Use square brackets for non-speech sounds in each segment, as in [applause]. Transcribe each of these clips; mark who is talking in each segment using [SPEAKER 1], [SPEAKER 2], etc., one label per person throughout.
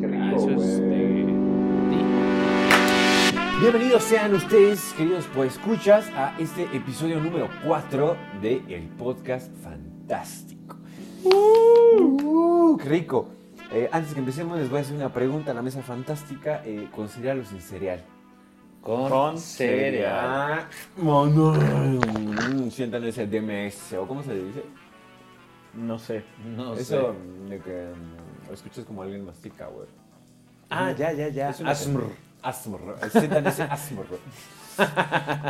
[SPEAKER 1] muchachos de
[SPEAKER 2] Bienvenidos sean ustedes, queridos escuchas a este episodio número 4 de El Podcast Fantástico. Uh, ¡Qué rico! Eh, antes que empecemos, les voy a hacer una pregunta a la mesa fantástica. Eh, considéralo sin cereal.
[SPEAKER 3] Con,
[SPEAKER 1] Con cereal.
[SPEAKER 3] cereal.
[SPEAKER 2] Ah, mono. Mm, Sientan ese DMS, o ¿cómo se dice?
[SPEAKER 1] No sé.
[SPEAKER 3] No
[SPEAKER 2] Eso de que mm, escuchas como alguien mastica, güey.
[SPEAKER 3] Ah, ya, ya, ya.
[SPEAKER 2] Es una- Asmr. Sientan ese asmr. [laughs]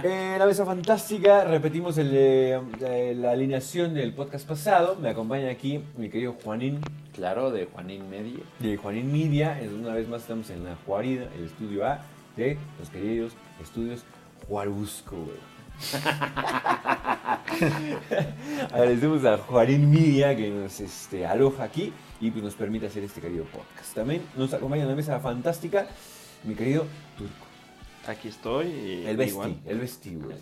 [SPEAKER 2] Eh, la mesa fantástica, repetimos el, de, eh, la alineación del podcast pasado. Me acompaña aquí mi querido Juanín
[SPEAKER 3] Claro, de Juanín Medie.
[SPEAKER 2] de Juanín Media. Es- Una vez más estamos en la Juarida, el estudio A de los queridos estudios Juarusco. güey. Agradecemos a Juanín Media que nos este, aloja aquí y pues, nos permite hacer este querido podcast. También nos acompaña en la mesa fantástica mi querido Turco.
[SPEAKER 1] Aquí estoy. y-
[SPEAKER 2] El Besti,
[SPEAKER 1] igual.
[SPEAKER 2] el Besti, güey.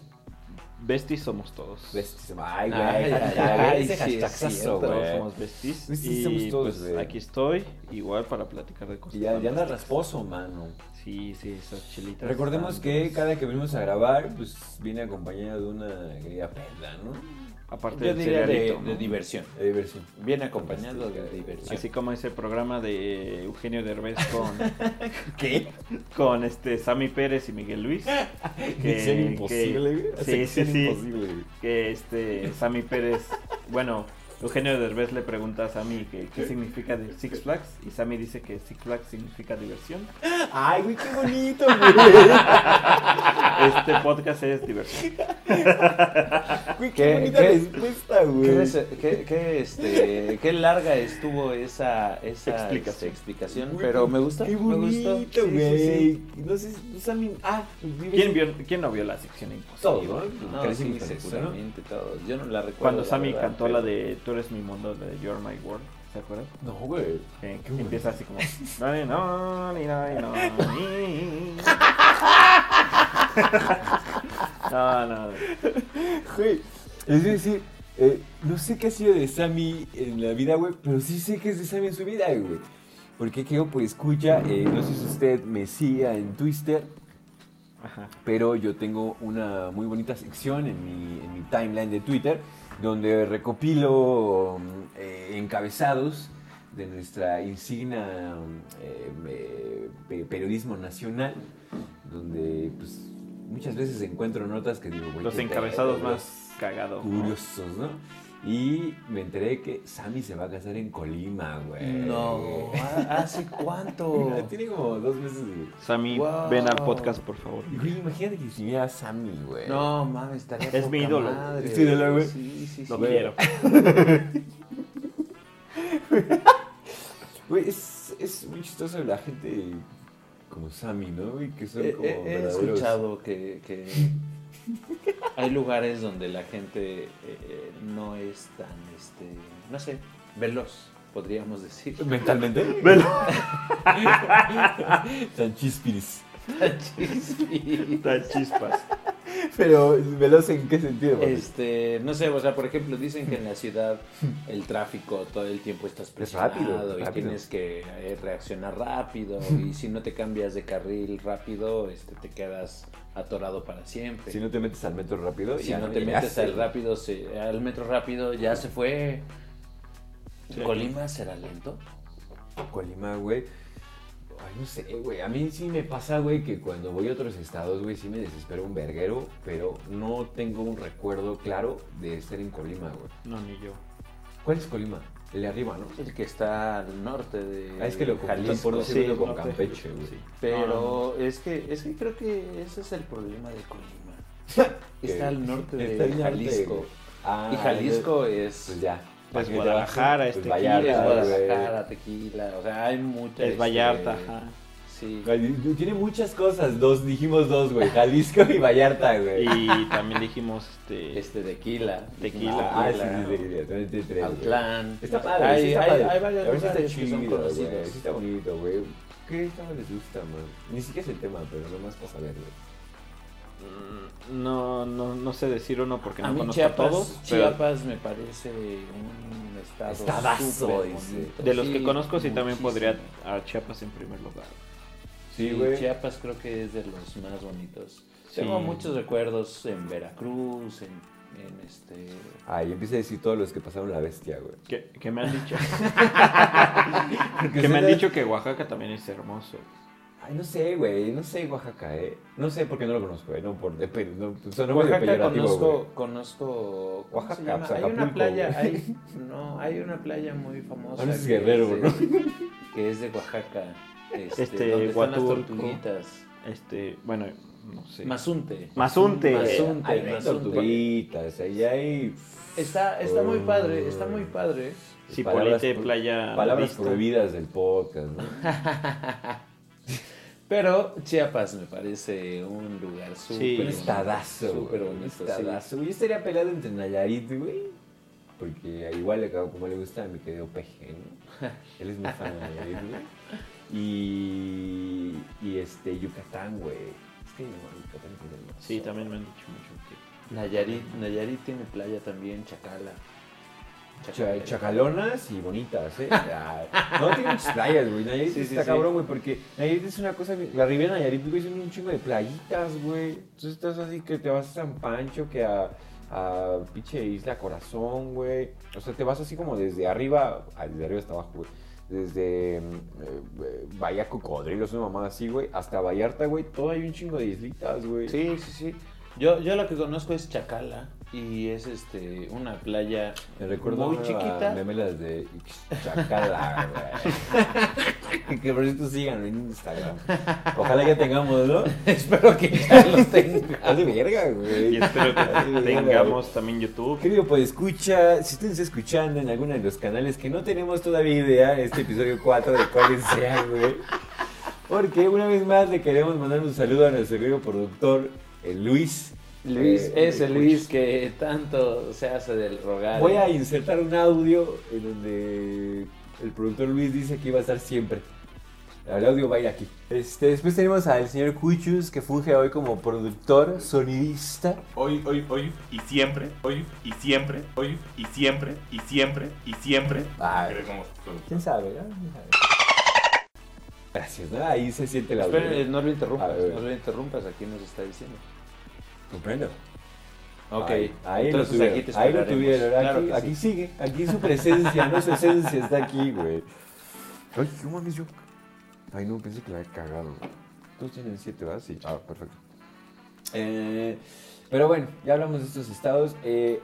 [SPEAKER 1] Besties somos todos.
[SPEAKER 2] Besties. Ay, güey.
[SPEAKER 3] Ay, ay, ay,
[SPEAKER 2] ese
[SPEAKER 3] sí, es
[SPEAKER 2] hashtagazo,
[SPEAKER 3] cierto,
[SPEAKER 1] Todos
[SPEAKER 2] güey.
[SPEAKER 1] somos besties.
[SPEAKER 2] Besties
[SPEAKER 1] y
[SPEAKER 2] somos todos,
[SPEAKER 1] pues
[SPEAKER 2] güey.
[SPEAKER 1] aquí estoy, igual para platicar de cosas.
[SPEAKER 2] Y Ya, ya anda
[SPEAKER 1] fantásticas.
[SPEAKER 2] rasposo, mano.
[SPEAKER 1] Sí, sí, esas chilitas.
[SPEAKER 2] Recordemos
[SPEAKER 1] están
[SPEAKER 2] que
[SPEAKER 1] buenas.
[SPEAKER 2] cada que venimos a grabar, pues viene acompañado de una querida perla, ¿no?
[SPEAKER 1] Aparte
[SPEAKER 3] Yo
[SPEAKER 1] del
[SPEAKER 3] diría de,
[SPEAKER 1] cerealito,
[SPEAKER 3] de
[SPEAKER 1] ¿no?
[SPEAKER 3] diversión.
[SPEAKER 2] De diversión.
[SPEAKER 3] Bien acompañado de diversión.
[SPEAKER 1] Así como ese programa de Eugenio Derbez con,
[SPEAKER 2] [laughs] ¿Qué?
[SPEAKER 1] con este Sammy Pérez y Miguel Luis.
[SPEAKER 2] Misión imposible, güey.
[SPEAKER 1] Sí,
[SPEAKER 2] Misión
[SPEAKER 1] sí, sí.
[SPEAKER 2] imposible, güey.
[SPEAKER 1] que este Sammy Pérez, bueno, Eugenio Derbez le pregunta a Sammy que, qué significa de Six Flags y Sammy dice que Six Flags significa diversión.
[SPEAKER 2] Ay, güey, qué bonito, güey.
[SPEAKER 1] Este podcast es diversión.
[SPEAKER 2] Güey, qué,
[SPEAKER 3] ¿Qué-
[SPEAKER 2] bonita
[SPEAKER 3] qué-
[SPEAKER 2] respuesta, güey.
[SPEAKER 3] ¿Qué, rese- qué- qué, este, qué larga estuvo esa, esa
[SPEAKER 1] Explicación.
[SPEAKER 3] este, explicación,
[SPEAKER 2] Güey,
[SPEAKER 3] pero me gusta.
[SPEAKER 2] Qué
[SPEAKER 3] me
[SPEAKER 2] bonito,
[SPEAKER 3] gustó. Sí, sí,
[SPEAKER 2] güey.
[SPEAKER 3] sí.
[SPEAKER 2] No sé, no saben- Ah,
[SPEAKER 1] ¿Quién, vio, ¿Quién no vio la sección imposible?
[SPEAKER 2] Todo, ¿no?
[SPEAKER 3] No,
[SPEAKER 2] Crece
[SPEAKER 3] sí,
[SPEAKER 2] mi cabeza,
[SPEAKER 3] seguramente todos. Yo no la recuerdo.
[SPEAKER 1] Cuando
[SPEAKER 3] la
[SPEAKER 1] Sammy
[SPEAKER 3] verdad,
[SPEAKER 1] cantó
[SPEAKER 3] pero-
[SPEAKER 1] la de Tú eres mi mundo de You're My World, ¿se acuerdan?
[SPEAKER 2] No, güey.
[SPEAKER 1] Que
[SPEAKER 2] Qué bueno.
[SPEAKER 1] empieza así como. "No, ni, no, ni, no, ni, no, ni". No, no.
[SPEAKER 2] Güey, es decir, eh, no sé qué ha sido de Sammy en la vida, güey, pero sí sé que es de Sammy en su vida, güey. Porque quedó por escucha, eh, no sé si usted me siga en Twitter,
[SPEAKER 1] Ajá.
[SPEAKER 2] pero yo tengo una muy bonita sección en mi, en mi timeline de Twitter donde recopilo mm, eh, encabezados de nuestra insignia mm, eh, eh, pe- periodismo nacional, donde pues, muchas veces encuentro notas que digo, güey,
[SPEAKER 1] Los
[SPEAKER 2] qué
[SPEAKER 1] encabezados
[SPEAKER 2] pedo,
[SPEAKER 1] más cagados. ¿no?
[SPEAKER 2] curiosos, ¿no? Y me enteré que Sammy se va a casar en Colima, güey.
[SPEAKER 3] No, ¿hace cuánto?
[SPEAKER 2] [laughs] Tiene como dos meses, güey.
[SPEAKER 1] Sammy,
[SPEAKER 3] Wow.
[SPEAKER 1] ven al podcast, por favor.
[SPEAKER 2] Y, güey, imagínate que estuviera Sammy, güey.
[SPEAKER 3] No, mames, estaría
[SPEAKER 1] Es mi
[SPEAKER 3] poca
[SPEAKER 1] ídolo.
[SPEAKER 3] madre.
[SPEAKER 2] Es tu ídolo, güey.
[SPEAKER 3] Sí, sí, sí.
[SPEAKER 1] Lo quiero.
[SPEAKER 2] Güey, es, es muy chistoso la gente como Sammy, ¿no? güey? que son
[SPEAKER 3] He,
[SPEAKER 2] como
[SPEAKER 3] Eh, he- he
[SPEAKER 2] verdaderos-
[SPEAKER 3] escuchado que, que [laughs] hay lugares donde la gente eh, eh, no es tan, este, no sé, veloz, podríamos decir.
[SPEAKER 2] Mentalmente.
[SPEAKER 3] [laughs]
[SPEAKER 1] Velo. [laughs]
[SPEAKER 2] Tan chispiris.
[SPEAKER 3] Chispi.
[SPEAKER 1] Está chispas.
[SPEAKER 2] Pero, ¿veloz en qué sentido? papi?
[SPEAKER 3] Este, no sé, o sea, por ejemplo, dicen que en la ciudad el tráfico todo el tiempo estás
[SPEAKER 2] Es rápido,
[SPEAKER 3] presionado y
[SPEAKER 2] rápido.
[SPEAKER 3] tienes que eh, reaccionar rápido y si no te cambias de carril rápido, este, te quedas atorado para siempre.
[SPEAKER 2] Si no te metes al metro rápido,
[SPEAKER 3] Si
[SPEAKER 2] ya
[SPEAKER 3] no te metes
[SPEAKER 2] llegaste.
[SPEAKER 3] al rápido, se- al metro rápido, ya se fue.
[SPEAKER 1] Sí.
[SPEAKER 3] ¿Colima será lento?
[SPEAKER 2] Colima, güey. Ay, no sé, güey. A mí sí me pasa, güey, que cuando voy a otros estados, güey, sí me desespero un verguero, pero no tengo un recuerdo claro de estar en Colima, güey.
[SPEAKER 1] No, ni yo.
[SPEAKER 2] ¿Cuál es Colima? El de arriba, ¿no?
[SPEAKER 3] El que está al norte de
[SPEAKER 2] Ah, es que lo confunden por un
[SPEAKER 1] sí,
[SPEAKER 2] segundo con
[SPEAKER 1] no te-
[SPEAKER 2] Campeche, güey.
[SPEAKER 1] sí.
[SPEAKER 3] Pero es que es que creo que ese es el problema de Colima.
[SPEAKER 2] [laughs] Que-
[SPEAKER 3] Está al norte de
[SPEAKER 2] Está al norte,
[SPEAKER 3] Jalisco.
[SPEAKER 2] güey. Ah,
[SPEAKER 3] Y Jalisco es,
[SPEAKER 2] Pues ya.
[SPEAKER 1] Pues
[SPEAKER 2] ¿Para qué te
[SPEAKER 1] Guadalajara,
[SPEAKER 2] vas?
[SPEAKER 1] este,
[SPEAKER 2] Pues
[SPEAKER 3] Tequila, es
[SPEAKER 2] Vallarta,
[SPEAKER 3] Guadalajara, Tequila, o sea, hay muchas.
[SPEAKER 1] Es Vallarta, ajá.
[SPEAKER 3] Sí.
[SPEAKER 2] güey. Tiene muchas cosas, dos, dijimos dos, güey. Jalisco y Vallarta, güey.
[SPEAKER 1] Y también dijimos, este.
[SPEAKER 3] Este Tequila.
[SPEAKER 1] Tequila.
[SPEAKER 2] Ah, sí,
[SPEAKER 3] Tequila,
[SPEAKER 2] sí, sí, sí, 33, güey.
[SPEAKER 3] Autlán.
[SPEAKER 2] Está padre,
[SPEAKER 3] Hay,
[SPEAKER 2] sí está
[SPEAKER 3] hay,
[SPEAKER 2] padre.
[SPEAKER 3] hay varios
[SPEAKER 2] A ver si está
[SPEAKER 3] lugares que
[SPEAKER 2] chido,
[SPEAKER 3] son
[SPEAKER 2] güey,
[SPEAKER 3] conocidos.
[SPEAKER 2] sí está bonito, güey. ¿Qué estaba les gusta, man? Ni siquiera es el tema, pero nomás para saber, güey.
[SPEAKER 1] mm, No, no, no sé decir uno porque
[SPEAKER 3] a
[SPEAKER 1] no
[SPEAKER 3] mí
[SPEAKER 1] conozco
[SPEAKER 3] Chiapas,
[SPEAKER 1] a todos. pero
[SPEAKER 3] Chiapas me parece un estado
[SPEAKER 2] Estadazo,
[SPEAKER 3] súper
[SPEAKER 2] dice.
[SPEAKER 3] bonito.
[SPEAKER 1] de los que
[SPEAKER 3] Sí,
[SPEAKER 1] conozco sí también
[SPEAKER 3] muchísimo.
[SPEAKER 1] podría a Chiapas en primer lugar.
[SPEAKER 2] Sí,
[SPEAKER 3] Sí,
[SPEAKER 2] güey.
[SPEAKER 3] Chiapas creo que es de los más bonitos.
[SPEAKER 1] Sí.
[SPEAKER 3] Tengo muchos recuerdos en Veracruz, en, en este...
[SPEAKER 2] Ay, empieza a decir todos los que pasaron la bestia, güey.
[SPEAKER 1] Que, que me han dicho. que me han
[SPEAKER 2] sea-
[SPEAKER 1] dicho que Oaxaca también es hermoso.
[SPEAKER 2] Ay, no sé, güey. No sé Oaxaca, eh. No sé porque no lo conozco, güey. No, por de pe- no, sonó medio
[SPEAKER 3] Oaxaca
[SPEAKER 2] peyorativo,
[SPEAKER 3] conozco,
[SPEAKER 2] güey.
[SPEAKER 3] conozco... ¿cómo
[SPEAKER 2] Oaxaca,
[SPEAKER 3] se llama?
[SPEAKER 2] pues,
[SPEAKER 3] hay una
[SPEAKER 2] Acapulco,
[SPEAKER 3] playa,
[SPEAKER 2] güey.
[SPEAKER 3] hay, no, hay una playa muy famosa.
[SPEAKER 2] Ah, no, es
[SPEAKER 3] que
[SPEAKER 2] Guerrero,
[SPEAKER 3] es de- Que es de Oaxaca. Este,
[SPEAKER 1] Este,
[SPEAKER 3] donde están las
[SPEAKER 1] Huatulco.
[SPEAKER 3] tortuguitas.
[SPEAKER 1] Este, bueno, no sé.
[SPEAKER 3] Mazunte.
[SPEAKER 1] Mazunte.
[SPEAKER 3] Mazunte.
[SPEAKER 2] Ahí hay
[SPEAKER 3] Mazunte.
[SPEAKER 2] tortuguitas, ahí hay oh,
[SPEAKER 3] Está, está muy padre, está muy padre.
[SPEAKER 1] Sí,
[SPEAKER 2] palabras
[SPEAKER 1] Polite,
[SPEAKER 2] pro-
[SPEAKER 1] playa.
[SPEAKER 2] palabras
[SPEAKER 1] nudista.
[SPEAKER 2] prohibidas del podcast, ¿no?
[SPEAKER 3] Pero Chiapas me parece un lugar súper
[SPEAKER 1] Sí.
[SPEAKER 2] Un
[SPEAKER 1] Un
[SPEAKER 2] estadazo,
[SPEAKER 3] Súper
[SPEAKER 2] güey, un
[SPEAKER 3] bonito, sí.
[SPEAKER 2] estadazo. Yo estaría peleado entre Nayarit, güey. Porque igual acabo como le gusta a mi querido Peje,
[SPEAKER 3] [laughs]
[SPEAKER 2] ¿no? Él es muy fan de Nayarit, güey. Y, y este, Yucatán, güey. Es que no, Yucatán es hermoso.
[SPEAKER 1] Sí, también me han dicho mucho. que-
[SPEAKER 3] Nayarit, Nayarit tiene playa también, Chacala.
[SPEAKER 2] Cha- eh, chacalonas y bonitas, ¿eh?
[SPEAKER 3] [laughs]
[SPEAKER 2] Ah, No tiene muchas playas, güey. Nayarit
[SPEAKER 3] Sí, sí,
[SPEAKER 2] está
[SPEAKER 3] sí.
[SPEAKER 2] cabrón, güey, porque Nayarit es una cosa. que- La Riviera Nayarit, güey, son un chingo de playitas, güey. Entonces estás así que te vas a San Pancho, que a, a pinche Isla Corazón, güey. O sea, te vas así como desde arriba, ah, desde arriba hasta abajo, güey. Desde mm, eh, eh, Bahía Cocodrilos, una mamada así, güey, hasta Vallarta, güey. Todo hay un chingo de islitas, güey.
[SPEAKER 3] Sí, sí, sí. Yo, yo lo que conozco es Chacala y es este una playa
[SPEAKER 2] Me recuerdo
[SPEAKER 3] muy
[SPEAKER 2] a
[SPEAKER 3] chiquita.
[SPEAKER 2] memelas de Chacala, güey. [laughs] que por cierto sigan en Instagram. Ojalá ya tengamos, ¿no? [laughs]
[SPEAKER 3] Espero que ya los tenga.
[SPEAKER 2] Haz de verga,
[SPEAKER 1] Y
[SPEAKER 2] güey.
[SPEAKER 1] espero
[SPEAKER 2] Ay,
[SPEAKER 1] que
[SPEAKER 2] güey.
[SPEAKER 1] tengamos también YouTube.
[SPEAKER 2] Querido, pues escucha, si estás escuchando en alguno de los canales que no tenemos todavía idea, este episodio 4 de cuáles sean, güey. Porque una vez más le queremos mandar un saludo a nuestro querido productor, eh, Luis.
[SPEAKER 3] Luis,
[SPEAKER 2] Eh,
[SPEAKER 3] ese Luis que tanto se hace del rogar.
[SPEAKER 2] Voy a insertar un audio en donde el productor Luis dice que iba a estar siempre. El audio va a ir aquí. Este, después tenemos al señor Cuchus que funge hoy como productor, sonidista.
[SPEAKER 4] Hoy, hoy, hoy y siempre, hoy y siempre, hoy y siempre, y siempre, y siempre.
[SPEAKER 2] Ah,
[SPEAKER 4] Pero como- como-
[SPEAKER 2] quién sabe, ¿no? ¿Quién sabe? Gracias, ¿no? Ahí se siente el audio.
[SPEAKER 3] Esperen, eh, no lo
[SPEAKER 2] A
[SPEAKER 3] interrumpas,
[SPEAKER 2] ver.
[SPEAKER 3] no lo interrumpas, aquí nos está diciendo.
[SPEAKER 2] Comprendo.
[SPEAKER 3] Ok,
[SPEAKER 2] Ahí, ahí
[SPEAKER 3] entonces pues,
[SPEAKER 2] lo
[SPEAKER 3] aquí te
[SPEAKER 2] tuvieron. Ahí lo
[SPEAKER 3] esperaremos.
[SPEAKER 2] tuvieron. Aquí,
[SPEAKER 3] Claro que
[SPEAKER 2] aquí
[SPEAKER 3] sí.
[SPEAKER 2] sigue. Aquí su presencia, no su esencia está aquí, güey. Ay, qué mames yo. Ay, no, pensé que la había cagado. Todos tienen siete, ¿verdad? Sí. Ah, perfecto. Eh, pero bueno, ya hablamos de estos estados. Eh,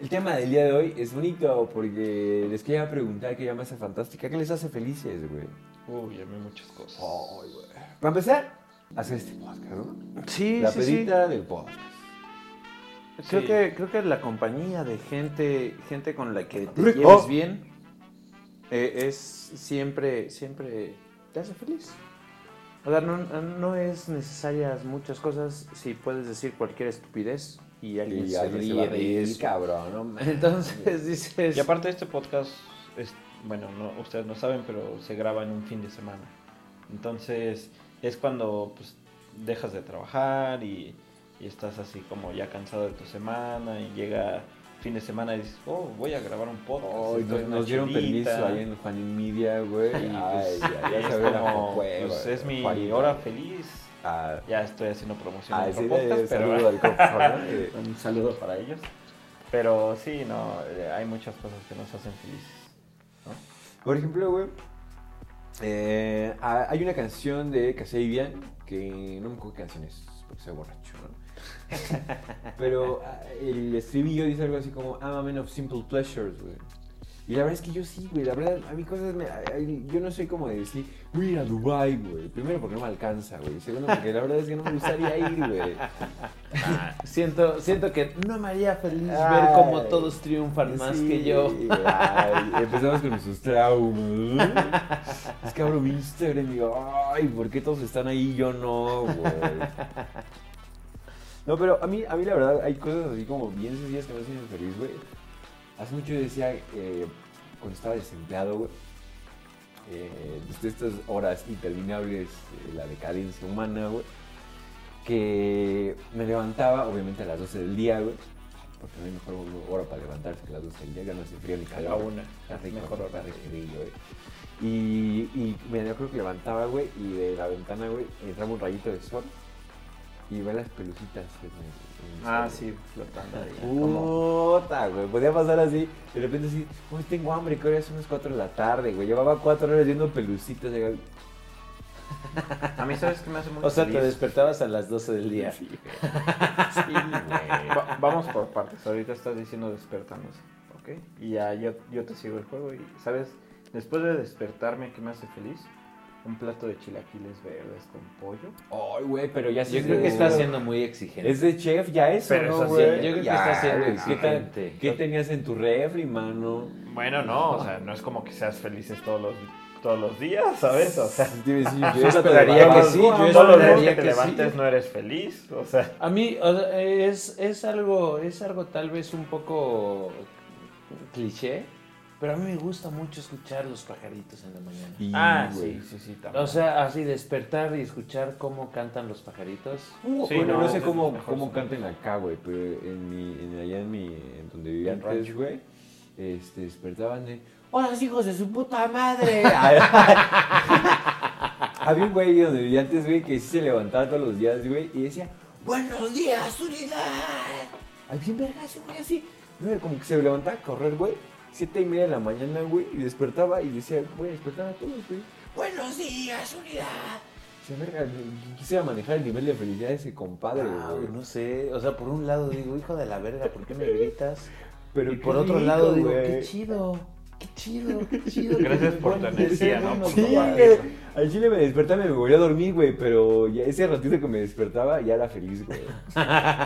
[SPEAKER 2] el tema del día de hoy es bonito porque les quería preguntar qué llama esa fantástica. ¿Qué les hace felices, güey?
[SPEAKER 1] Uy, a mí muchas cosas.
[SPEAKER 2] Oh. Para empezar, hacer este podcast, ¿no?
[SPEAKER 3] Sí,
[SPEAKER 2] la
[SPEAKER 3] sí, sí.
[SPEAKER 2] pedita del podcast.
[SPEAKER 3] Creo,
[SPEAKER 1] Sí.
[SPEAKER 3] que, creo que la compañía de gente, gente con la que te
[SPEAKER 2] Rico.
[SPEAKER 3] lleves bien eh, es siempre, siempre te hace feliz. O sea, no, no es necesarias muchas cosas si puedes decir cualquier estupidez y alguien
[SPEAKER 2] Y
[SPEAKER 3] se
[SPEAKER 2] alguien se va a
[SPEAKER 3] ríe de
[SPEAKER 2] reír,
[SPEAKER 3] eso.
[SPEAKER 2] cabrón, no mames.
[SPEAKER 3] Entonces [laughs] dices...
[SPEAKER 1] Y aparte este podcast es, bueno, no, ustedes no saben, pero se graba en un fin de semana. Entonces es cuando pues, dejas de trabajar y, y estás así como ya cansado de tu semana y llega fin de semana y dices, oh, voy a grabar un podcast.
[SPEAKER 2] Ay,
[SPEAKER 1] estoy
[SPEAKER 2] nos,
[SPEAKER 1] en una
[SPEAKER 2] nos dieron
[SPEAKER 1] chilita". [laughs]
[SPEAKER 2] permiso ahí en Juanín Media, güey.
[SPEAKER 1] Y,
[SPEAKER 2] Ay,
[SPEAKER 1] pues,
[SPEAKER 2] ya, ya
[SPEAKER 1] es
[SPEAKER 2] se ve la
[SPEAKER 1] como,
[SPEAKER 2] cocueva,
[SPEAKER 1] pues, es mi
[SPEAKER 2] Juanita.
[SPEAKER 1] hora feliz.
[SPEAKER 2] Ah,
[SPEAKER 1] Ya estoy haciendo promoción
[SPEAKER 2] ah,
[SPEAKER 1] de
[SPEAKER 2] sí,
[SPEAKER 1] otro
[SPEAKER 2] de-
[SPEAKER 1] podcast, pero...
[SPEAKER 2] saludo al
[SPEAKER 1] [laughs]
[SPEAKER 2] copa, ¿no? Eh,
[SPEAKER 1] Un saludo para ellos. Pero sí, no, eh, hay muchas cosas que nos hacen felices.
[SPEAKER 2] Por ejemplo, güey, eh, ah, hay una canción de Casey Bian que no me acuerdo qué canción es, porque soy borracho, ¿no?
[SPEAKER 3] [laughs]
[SPEAKER 2] Pero ah, el estribillo dice algo así como, I'm a man of simple pleasures, güey. Y la verdad es que yo sí, güey. La verdad, a mí cosas me. a- a- Yo no soy como de decir, voy a ir a Dubai, güey. Primero porque no me alcanza, güey. Segundo porque la verdad es que no me gustaría ir, güey.
[SPEAKER 3] Ah, siento, siento [laughs] que no me haría feliz ver
[SPEAKER 2] Ay.
[SPEAKER 3] cómo todos triunfan más
[SPEAKER 2] Sí,
[SPEAKER 3] que yo.
[SPEAKER 2] ay, empezamos con sus
[SPEAKER 3] [laughs]
[SPEAKER 2] traumas. ¿no? Es que abro mi Instagram y digo, ay, ¿por qué todos están ahí y yo no, güey? No, pero a mí, a mí la verdad hay cosas así como bien sencillas que me hacen feliz, güey. Hace mucho yo decía, eh, cuando estaba desempleado, güey, eh, desde estas horas interminables, eh, la decadencia humana, güey, que me levantaba, obviamente a las 12 del día, güey. Porque no hay mejor hora para levantarse que a las 12 del día, ya no hace frío ni
[SPEAKER 1] A la
[SPEAKER 2] calor.
[SPEAKER 1] una.
[SPEAKER 2] Está rico,
[SPEAKER 1] Mejor
[SPEAKER 2] está
[SPEAKER 1] hora.
[SPEAKER 2] riquillo, güey. Y, y me yo creo que levantaba, güey, y de la ventana, güey, entraba un rayito de sol y ve las pelucitas que me- en el
[SPEAKER 1] Ah,
[SPEAKER 2] sol,
[SPEAKER 1] sí, flotando ahí.
[SPEAKER 2] güey.
[SPEAKER 1] como-
[SPEAKER 2] Puta, güey. Podía pasar así. De repente así, uy, tengo hambre, que ahora son las 4 de la tarde, güey. Llevaba 4 horas viendo pelucitas. llegaba-
[SPEAKER 1] A mí, ¿sabes qué me hace muy
[SPEAKER 3] O sea, te
[SPEAKER 1] feliz?
[SPEAKER 3] despertabas a las 12 del día.
[SPEAKER 1] Sí, güey. Va- vamos por partes. Ahorita estás diciendo despertamos. Ok. Y ya yo, yo te sigo el juego. Y, ¿sabes? Después de despertarme, ¿qué me hace feliz? Un plato de chilaquiles verdes con pollo.
[SPEAKER 2] Ay, güey, pero ya sí
[SPEAKER 3] Yo
[SPEAKER 2] es
[SPEAKER 3] creo
[SPEAKER 2] de-
[SPEAKER 3] que está siendo muy exigente.
[SPEAKER 2] Es de chef ya eso,
[SPEAKER 1] Pero
[SPEAKER 2] ¿no,
[SPEAKER 1] eso sí,
[SPEAKER 2] güey?
[SPEAKER 3] yo creo que
[SPEAKER 2] Ya,
[SPEAKER 3] está siendo
[SPEAKER 2] güey, ¿qué tal-
[SPEAKER 3] exigente.
[SPEAKER 2] ¿Qué tenías en tu refri, mano?
[SPEAKER 1] Bueno, no, o sea, no es como que seas felices todos los, todos los días, ¿sabes? O sea,
[SPEAKER 2] Te iba a decir, yo
[SPEAKER 3] Yo
[SPEAKER 2] hasta
[SPEAKER 3] esperaría
[SPEAKER 2] de barba,
[SPEAKER 3] que sí, yo
[SPEAKER 1] todos los días
[SPEAKER 3] esperaría
[SPEAKER 1] que te
[SPEAKER 3] que sí.
[SPEAKER 1] levantes no eres feliz, o sea.
[SPEAKER 3] A mí o sea, es, es algo es algo tal vez un poco cliché, pero a mí me gusta mucho escuchar los pajaritos en la mañana.
[SPEAKER 2] Y,
[SPEAKER 1] Ah,
[SPEAKER 2] güey.
[SPEAKER 1] sí, sí, sí, también.
[SPEAKER 3] O sea, así despertar y escuchar cómo cantan los pajaritos.
[SPEAKER 2] Uh,
[SPEAKER 1] Sí,
[SPEAKER 2] bueno, no,
[SPEAKER 1] no,
[SPEAKER 2] sé
[SPEAKER 1] es
[SPEAKER 2] cómo,
[SPEAKER 1] mejor
[SPEAKER 2] cómo
[SPEAKER 1] sonido.
[SPEAKER 2] canten acá, güey, pero en mi, en allá en mi, en donde vivía
[SPEAKER 1] En
[SPEAKER 2] antes,
[SPEAKER 1] rancho.
[SPEAKER 2] güey, este, despertaban de, ¡Hola, hijos de su puta
[SPEAKER 3] [laughs]
[SPEAKER 2] madre! Había un güey donde vivía antes, güey, que sí se levantaba todos los días, güey, y decía, ¡Buenos días, unidad! Al fin, verga, ese güey así, güey, como que se levantaba a correr, güey, siete y media de la mañana, güey, y despertaba y decía, güey, despertaba a todos, güey, ¡Buenos días, unidad! Se verga, quisiera manejar el nivel de felicidad de ese compadre,
[SPEAKER 3] Wow,
[SPEAKER 2] güey.
[SPEAKER 3] no sé, o sea, por un lado digo, hijo de la verga, ¿por
[SPEAKER 2] [laughs]
[SPEAKER 3] qué me gritas?
[SPEAKER 2] Pero
[SPEAKER 3] y
[SPEAKER 2] qué
[SPEAKER 3] por otro
[SPEAKER 2] rico,
[SPEAKER 3] lado digo,
[SPEAKER 2] güey.
[SPEAKER 3] qué chido, qué chido, qué chido.
[SPEAKER 1] Gracias
[SPEAKER 3] qué
[SPEAKER 1] por tu
[SPEAKER 3] bueno,
[SPEAKER 1] energía,
[SPEAKER 3] qué
[SPEAKER 1] ¿no?
[SPEAKER 3] bueno,
[SPEAKER 1] Por
[SPEAKER 2] Sí,
[SPEAKER 1] tu
[SPEAKER 3] papá.
[SPEAKER 2] güey. Al chile me despertaba y me volví a dormir, güey, pero ya ese ratito que me despertaba ya era feliz, güey.
[SPEAKER 3] [laughs]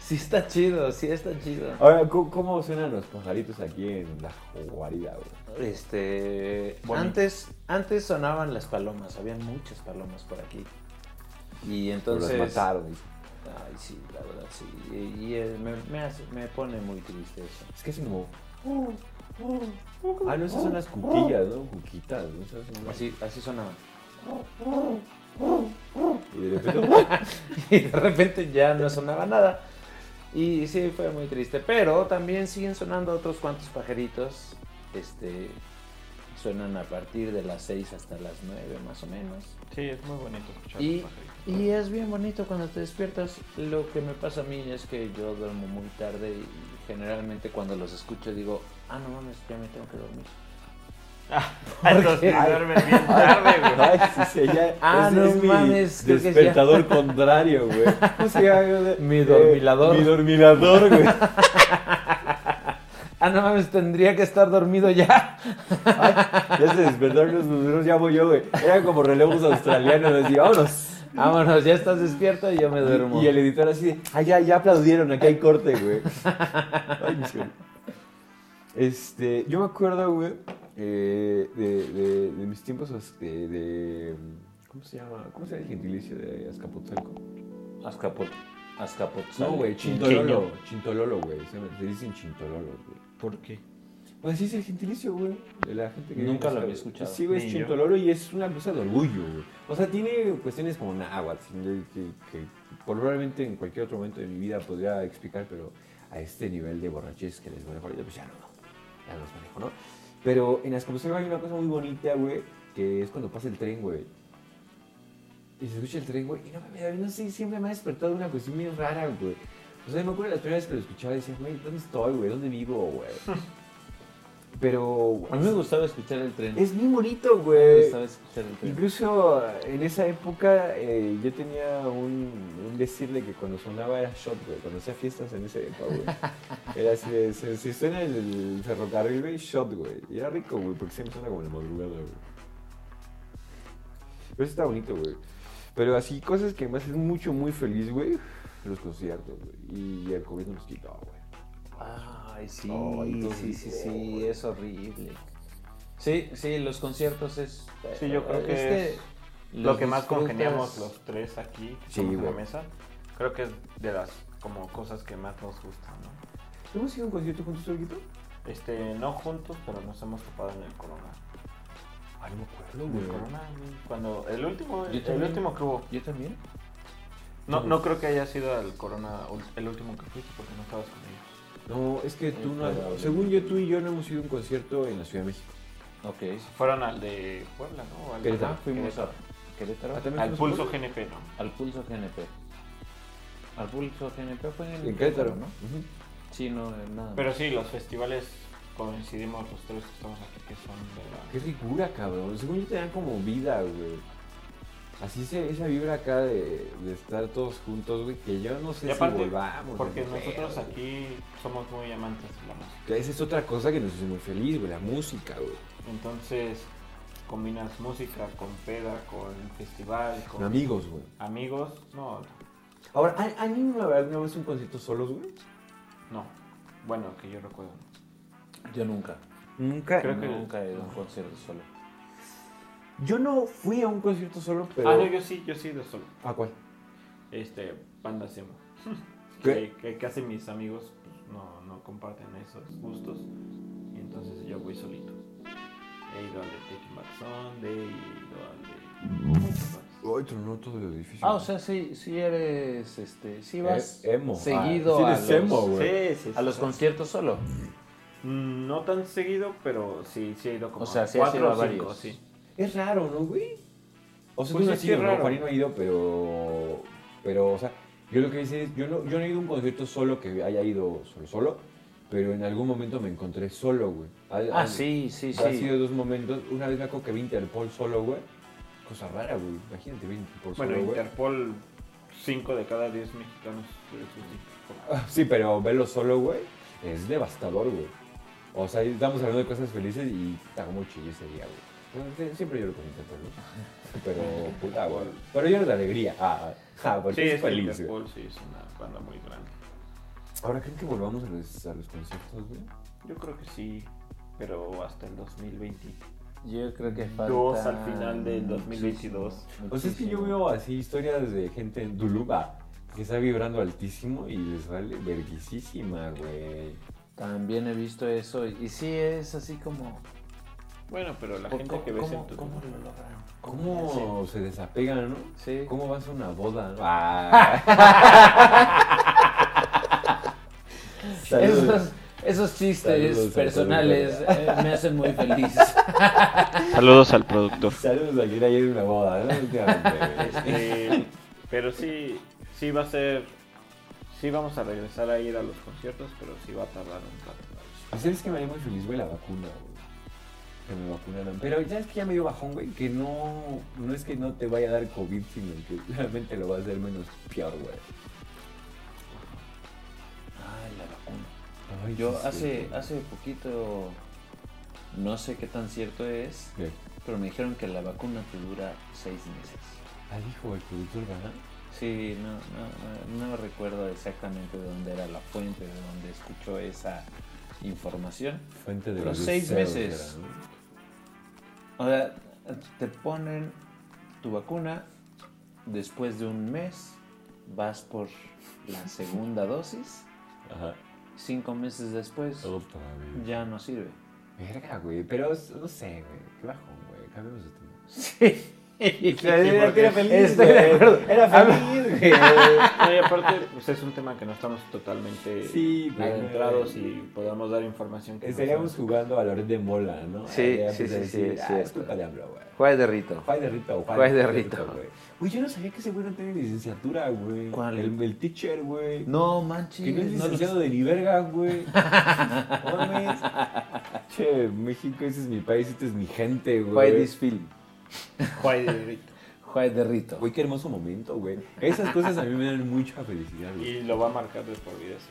[SPEAKER 3] Sí está chido, sí está chido.
[SPEAKER 2] Ahora, ¿cómo, cómo suenan los pajaritos aquí en la guarida, güey?
[SPEAKER 3] Este,
[SPEAKER 1] Bonito.
[SPEAKER 3] antes, antes sonaban las palomas, habían muchas palomas por aquí. Y
[SPEAKER 2] Pero los
[SPEAKER 3] entonces...
[SPEAKER 2] mataron. dice.
[SPEAKER 3] Ay, sí, la verdad, sí. Y, y, eh, me, me, hace- me pone muy triste eso.
[SPEAKER 2] Es que hacen como... Ah, no, esas son las cuquillas, ¿no? Cuquitas, ¿no? Esas son las-
[SPEAKER 3] Así, así sonaba. [laughs]
[SPEAKER 2] Y de repente...
[SPEAKER 3] Y de repente ya no sonaba nada. Y sí, fue muy triste. Pero también siguen sonando otros cuantos pajeritos. Este, suenan a partir de las 6 hasta las 9 más o menos.
[SPEAKER 1] Sí, es muy bonito escuchar
[SPEAKER 3] Y-
[SPEAKER 1] los pajaritos.
[SPEAKER 3] Y es bien bonito cuando te despiertas. Lo que me pasa a mí es que yo duermo muy tarde y generalmente cuando los escucho digo, ah, no mames, ya me tengo que dormir.
[SPEAKER 1] Entonces,
[SPEAKER 3] Ay.
[SPEAKER 1] duermes bien tarde, güey.
[SPEAKER 2] [laughs] Ay, sí, sí, ya.
[SPEAKER 3] [laughs] Ah,
[SPEAKER 2] ese
[SPEAKER 3] no
[SPEAKER 2] es mi
[SPEAKER 3] mames, creo que es ya.
[SPEAKER 2] despertador contrario,
[SPEAKER 3] [laughs]
[SPEAKER 2] güey. O sea, yo de-
[SPEAKER 3] Mi dormilador.
[SPEAKER 2] mi dormilador, güey.
[SPEAKER 3] [laughs] Ah, no mames, tendría que estar dormido [laughs] ya.
[SPEAKER 2] Ay, ya se despertaron los números, ya voy yo, güey. Eran como relevos australianos, así, vámonos.
[SPEAKER 3] Vámonos, ya estás despierto y yo me duermo.
[SPEAKER 2] Y el editor así de, ay, ya, ya aplaudieron, aquí hay corte, güey. Ay, mis güey. Este, yo me acuerdo, güey, eh, de, de- de mis tiempos este, de... ¿Cómo se llama? ¿Cómo se llama el gentilicio de Azcapotzalco?
[SPEAKER 3] Azcapot. Azcapotzal.
[SPEAKER 2] No, güey, chintololo. Chintololo, güey. Se, me- se dicen chintololos, güey.
[SPEAKER 1] ¿Por qué?
[SPEAKER 2] Pues así es el gentilicio, güey. De la gente que vive
[SPEAKER 3] Nunca
[SPEAKER 2] en
[SPEAKER 3] lo
[SPEAKER 2] las
[SPEAKER 3] había
[SPEAKER 2] calles.
[SPEAKER 3] escuchado.
[SPEAKER 2] Sí, güey, es
[SPEAKER 1] Ni yo.
[SPEAKER 2] chintololo y es una cosa de orgullo, güey. O sea, tiene cuestiones como náhuatl, sin- de- que, que probablemente en cualquier otro momento de mi vida podría explicar, pero a este nivel de borrachez que les manejo ahorita, pues ya no, no. Ya no los manejo, ¿no? Pero en Azcapotzalco hay una cosa muy bonita, güey, que es cuando pasa el tren, güey. Y se escucha el tren, güey. Y no mames, a mí no sé, siempre me ha despertado una cuestión bien rara, güey. O sea, me acuerdo las primeras veces que lo escuchaba y decía, güey, ¿dónde estoy, güey? ¿Dónde vivo, güey?
[SPEAKER 3] [laughs]
[SPEAKER 2] Pero,
[SPEAKER 3] A
[SPEAKER 2] güey,
[SPEAKER 3] mí me gustaba escuchar el tren.
[SPEAKER 2] es bien bonito,
[SPEAKER 3] Me
[SPEAKER 2] güey.
[SPEAKER 3] gustaba escuchar el tren.
[SPEAKER 2] Incluso en esa época eh, yo tenía un, un decirle que cuando sonaba era shot, güey. Cuando hacía fiestas en esa época, güey. [laughs] Era así de, si, si suena el, el ferrocarril, güey, shot, güey. Y era rico, güey, porque siempre suena como en la madrugada, güey. Pero eso está bonito, güey. Pero así, cosas que me hacen mucho, muy feliz, güey. Los conciertos, güey. Y el COVID nos quitó, güey.
[SPEAKER 3] Ay, sí,
[SPEAKER 2] Ay, qué
[SPEAKER 3] sí, sí,
[SPEAKER 2] rico,
[SPEAKER 3] sí,
[SPEAKER 2] güey.
[SPEAKER 3] es horrible. Sí, sí, los conciertos es...
[SPEAKER 1] Sí, yo creo que es Lo
[SPEAKER 3] los
[SPEAKER 1] que más
[SPEAKER 3] disfrutas-
[SPEAKER 1] congeniamos los tres aquí, que
[SPEAKER 2] Sí,
[SPEAKER 1] estamos en la
[SPEAKER 2] güey.
[SPEAKER 1] mesa, creo que es de las como cosas que más nos gustan, ¿no?
[SPEAKER 2] ¿Hemos ido a un concierto juntos, Olguito?
[SPEAKER 1] Este, no juntos, pero nos hemos topado en el corona.
[SPEAKER 2] Ay, Ah, no me acuerdo,
[SPEAKER 1] En el corona, güey, cuando el último,
[SPEAKER 3] Yo
[SPEAKER 1] el
[SPEAKER 3] también.
[SPEAKER 1] último que hubo,
[SPEAKER 3] Yo también.
[SPEAKER 1] No, no creo que haya sido el Corona ul- el último que fuiste porque no estabas conmigo.
[SPEAKER 2] No, es que tú no.
[SPEAKER 3] Pero-
[SPEAKER 2] Según yo, tú y yo no hemos ido a un concierto en la Ciudad de México.
[SPEAKER 3] Ok.
[SPEAKER 1] Fueron al de Puebla, ¿no? O al-
[SPEAKER 2] Querétaro.
[SPEAKER 1] Ajá,
[SPEAKER 3] Ah, Fuimos a
[SPEAKER 1] Querétaro.
[SPEAKER 3] Querétaro.
[SPEAKER 2] Ah, también
[SPEAKER 1] al
[SPEAKER 2] fuimos a
[SPEAKER 1] Pulso GNP, ¿no?
[SPEAKER 3] Al pulso GNP. Al pulso GNP fue en,
[SPEAKER 2] En Querétaro, ¿no?
[SPEAKER 3] ¿no? Sí, no, en nada.
[SPEAKER 1] Pero sí, los festivales coincidimos los tres que estamos aquí, que son de la...
[SPEAKER 2] Qué ricura, cabrón. Según yo te dan como vida, güey. Así se, esa vibra acá de, de estar todos juntos, güey, que yo no sé
[SPEAKER 1] Y
[SPEAKER 2] si
[SPEAKER 1] aparte,
[SPEAKER 2] volvamos.
[SPEAKER 1] porque
[SPEAKER 2] güey,
[SPEAKER 1] nosotros
[SPEAKER 2] güey.
[SPEAKER 1] aquí somos muy amantes de la música.
[SPEAKER 2] Que Esa es otra cosa que nos hace muy feliz, güey, la música, güey.
[SPEAKER 1] Entonces, combinas música con peda, con festival, con
[SPEAKER 2] Con amigos, güey.
[SPEAKER 1] amigos. No,
[SPEAKER 2] Ahora, ¿han, han ido una vez, una vez a un concierto solos, güey?
[SPEAKER 1] no. Bueno, que yo recuerdo.
[SPEAKER 3] Yo nunca.
[SPEAKER 2] Nunca.
[SPEAKER 1] Creo que-
[SPEAKER 3] Nunca he ido a un concierto solo.
[SPEAKER 2] Yo no fui a un concierto solo, pero.
[SPEAKER 1] Ah, no, yo sí, yo sí de solo.
[SPEAKER 2] ¿A cuál?
[SPEAKER 1] Este, banda emo.
[SPEAKER 2] ¿Qué?
[SPEAKER 1] Que, que casi mis amigos pues, no, no comparten esos gustos. Y entonces yo voy solito. He ido al de Taking Back Sunday, he ido al de... muchos más.
[SPEAKER 2] Ay, tronó todo el edificio.
[SPEAKER 3] Ah, o sea, sí, sí eres, este, sí vas
[SPEAKER 2] Eh, emo.
[SPEAKER 3] seguido
[SPEAKER 2] Ah,
[SPEAKER 3] a,
[SPEAKER 2] sí
[SPEAKER 3] los,
[SPEAKER 2] eres emo, güey.
[SPEAKER 1] Sí, sí, sí.
[SPEAKER 3] a los conciertos solo.
[SPEAKER 1] Mm, No tan seguido, pero sí, sí he ido como
[SPEAKER 3] O sea,
[SPEAKER 1] a
[SPEAKER 3] sí has ido
[SPEAKER 1] cuatro o
[SPEAKER 3] a
[SPEAKER 1] cinco,
[SPEAKER 3] varios.
[SPEAKER 1] sí.
[SPEAKER 2] Es raro, ¿no, güey? O
[SPEAKER 1] Pues
[SPEAKER 2] sea, tú no
[SPEAKER 1] es
[SPEAKER 2] has
[SPEAKER 1] que
[SPEAKER 2] ido,
[SPEAKER 1] es
[SPEAKER 2] ¿no?
[SPEAKER 1] raro.
[SPEAKER 2] Juanín no ha ido, pero... Pero, o sea, yo lo que hice es... Yo no, yo no he ido a un concierto solo que haya ido solo, solo. Pero en algún momento me encontré solo, güey. Ha-
[SPEAKER 3] Ah,
[SPEAKER 2] ha-
[SPEAKER 3] sí, sí,
[SPEAKER 2] Ha
[SPEAKER 3] sí.
[SPEAKER 2] sido dos momentos. Una vez me acuerdo que vi Interpol solo, güey. Cosa rara, güey. Imagínate, vi Interpol
[SPEAKER 1] Bueno,
[SPEAKER 2] solo, Pues güey.
[SPEAKER 1] Interpol, cinco de cada diez mexicanos. eh, sí.
[SPEAKER 2] Ah, Sí, pero verlo solo, güey, es devastador, güey. O sea, estamos hablando de cosas felices y está muy chido ese día, güey. Entonces, Siempre yo lo comento, pero, pero puta, güey. Pero yo de alegría. Ah, ah, porque
[SPEAKER 1] Sí,
[SPEAKER 2] es
[SPEAKER 1] es que
[SPEAKER 2] feliz, güey.
[SPEAKER 1] Interpol, sí, es una banda muy grande.
[SPEAKER 2] Ahora, ¿creen que volvamos a los, a los conciertos, güey?
[SPEAKER 1] Yo creo que sí, pero hasta el 2020.
[SPEAKER 3] Yo creo que falta...
[SPEAKER 1] Dos al final del 2022.
[SPEAKER 3] muchísimo,
[SPEAKER 2] O sea, Pues es que yo
[SPEAKER 3] muchísimo.
[SPEAKER 2] veo así historias de gente en Duluba que está vibrando altísimo y les vale verguisísima, güey.
[SPEAKER 3] También he visto eso y, y sí es así como...
[SPEAKER 1] Bueno, pero la
[SPEAKER 3] ¿cómo-
[SPEAKER 1] gente que ves
[SPEAKER 3] cómo-
[SPEAKER 1] en tu...
[SPEAKER 3] ¿Cómo lo lograron?
[SPEAKER 2] ¿Cómo se desapegan, no?
[SPEAKER 3] Sí.
[SPEAKER 2] ¿Cómo vas a una [laughs] boda? Ah. Saludos.
[SPEAKER 3] Esos, esos chistes
[SPEAKER 2] Saludos al
[SPEAKER 3] personales eh, me hacen
[SPEAKER 2] [laughs]
[SPEAKER 3] muy feliz.
[SPEAKER 1] Saludos al productor.
[SPEAKER 2] Saludos a quien haya ido a una boda, ¿no? Últimamente.
[SPEAKER 1] Este, pero sí, sí va a ser... Sí vamos a regresar a ir a los conciertos, pero sí va a tardar un rato.
[SPEAKER 2] Pues, ¿Sabes que me haría muy feliz, güey, la vacuna, güey? Que me vacunaran. Pero ¿sabes que ya me dio bajón, güey? Que no, no es que no te vaya a dar COVID, sino que realmente lo va a hacer menos peor, güey.
[SPEAKER 3] Ay, la vacuna.
[SPEAKER 2] Ay,
[SPEAKER 3] Yo
[SPEAKER 2] sí, sí,
[SPEAKER 3] hace,
[SPEAKER 2] güey.
[SPEAKER 3] hace poquito, no sé qué tan cierto es,
[SPEAKER 2] ¿Qué?
[SPEAKER 3] pero me dijeron que la vacuna te dura seis meses.
[SPEAKER 2] Ah, dijo el productor, ¿verdad?
[SPEAKER 3] Sí, no, no, no, no recuerdo exactamente de dónde era la fuente, de dónde escuchó esa información.
[SPEAKER 2] Fuente de
[SPEAKER 3] Pero
[SPEAKER 2] los
[SPEAKER 3] seis
[SPEAKER 2] deseos,
[SPEAKER 3] meses.
[SPEAKER 2] era, ¿no?
[SPEAKER 3] O sea, te ponen tu vacuna, después de un mes vas por la segunda dosis,
[SPEAKER 2] Ajá.
[SPEAKER 3] cinco meses después
[SPEAKER 2] Otra vez.
[SPEAKER 3] ya no sirve.
[SPEAKER 2] Verga, güey, pero es- no sé, güey, qué bajón, güey, cambiamos de tema.
[SPEAKER 3] Sí.
[SPEAKER 2] Estoy de acuerdo. Era feliz, [laughs] güey.
[SPEAKER 1] No, y aparte, pues es un tema que no estamos totalmente
[SPEAKER 2] Sí, pero-
[SPEAKER 1] adentrados y podamos dar información. que no [laughs]
[SPEAKER 2] Estaríamos
[SPEAKER 1] sea-
[SPEAKER 2] jugando a Loret de Mola, ¿no?
[SPEAKER 3] Sí,
[SPEAKER 2] Ahí ya
[SPEAKER 3] sí,
[SPEAKER 2] empieza a
[SPEAKER 3] sí, sí,
[SPEAKER 2] decir,
[SPEAKER 3] es
[SPEAKER 2] "Ah, Es
[SPEAKER 3] cierto.
[SPEAKER 2] culpa de AMLO, güey.
[SPEAKER 3] Juárez de Rito.
[SPEAKER 2] Juan de Rito, Juan,
[SPEAKER 3] Juan de Rito.
[SPEAKER 2] güey. Uy, yo no sabía que ese güey no tenía licenciatura, güey.
[SPEAKER 3] ¿Cuál?
[SPEAKER 2] El, el teacher, güey.
[SPEAKER 3] No manches.
[SPEAKER 2] Que no es
[SPEAKER 3] no lo-
[SPEAKER 2] licenciado de ni verga,
[SPEAKER 3] [laughs]
[SPEAKER 2] güey. Mames. Che, México, ese es mi país, esta es mi gente,
[SPEAKER 3] Juárez
[SPEAKER 2] güey.
[SPEAKER 3] this film.
[SPEAKER 1] Juárez de Brito.
[SPEAKER 3] Juárez de Rito.
[SPEAKER 2] Güey, qué hermoso momento, güey. Esas cosas a mí me dan mucha felicidad, güey.
[SPEAKER 1] Y lo va a marcar de por vida. sí.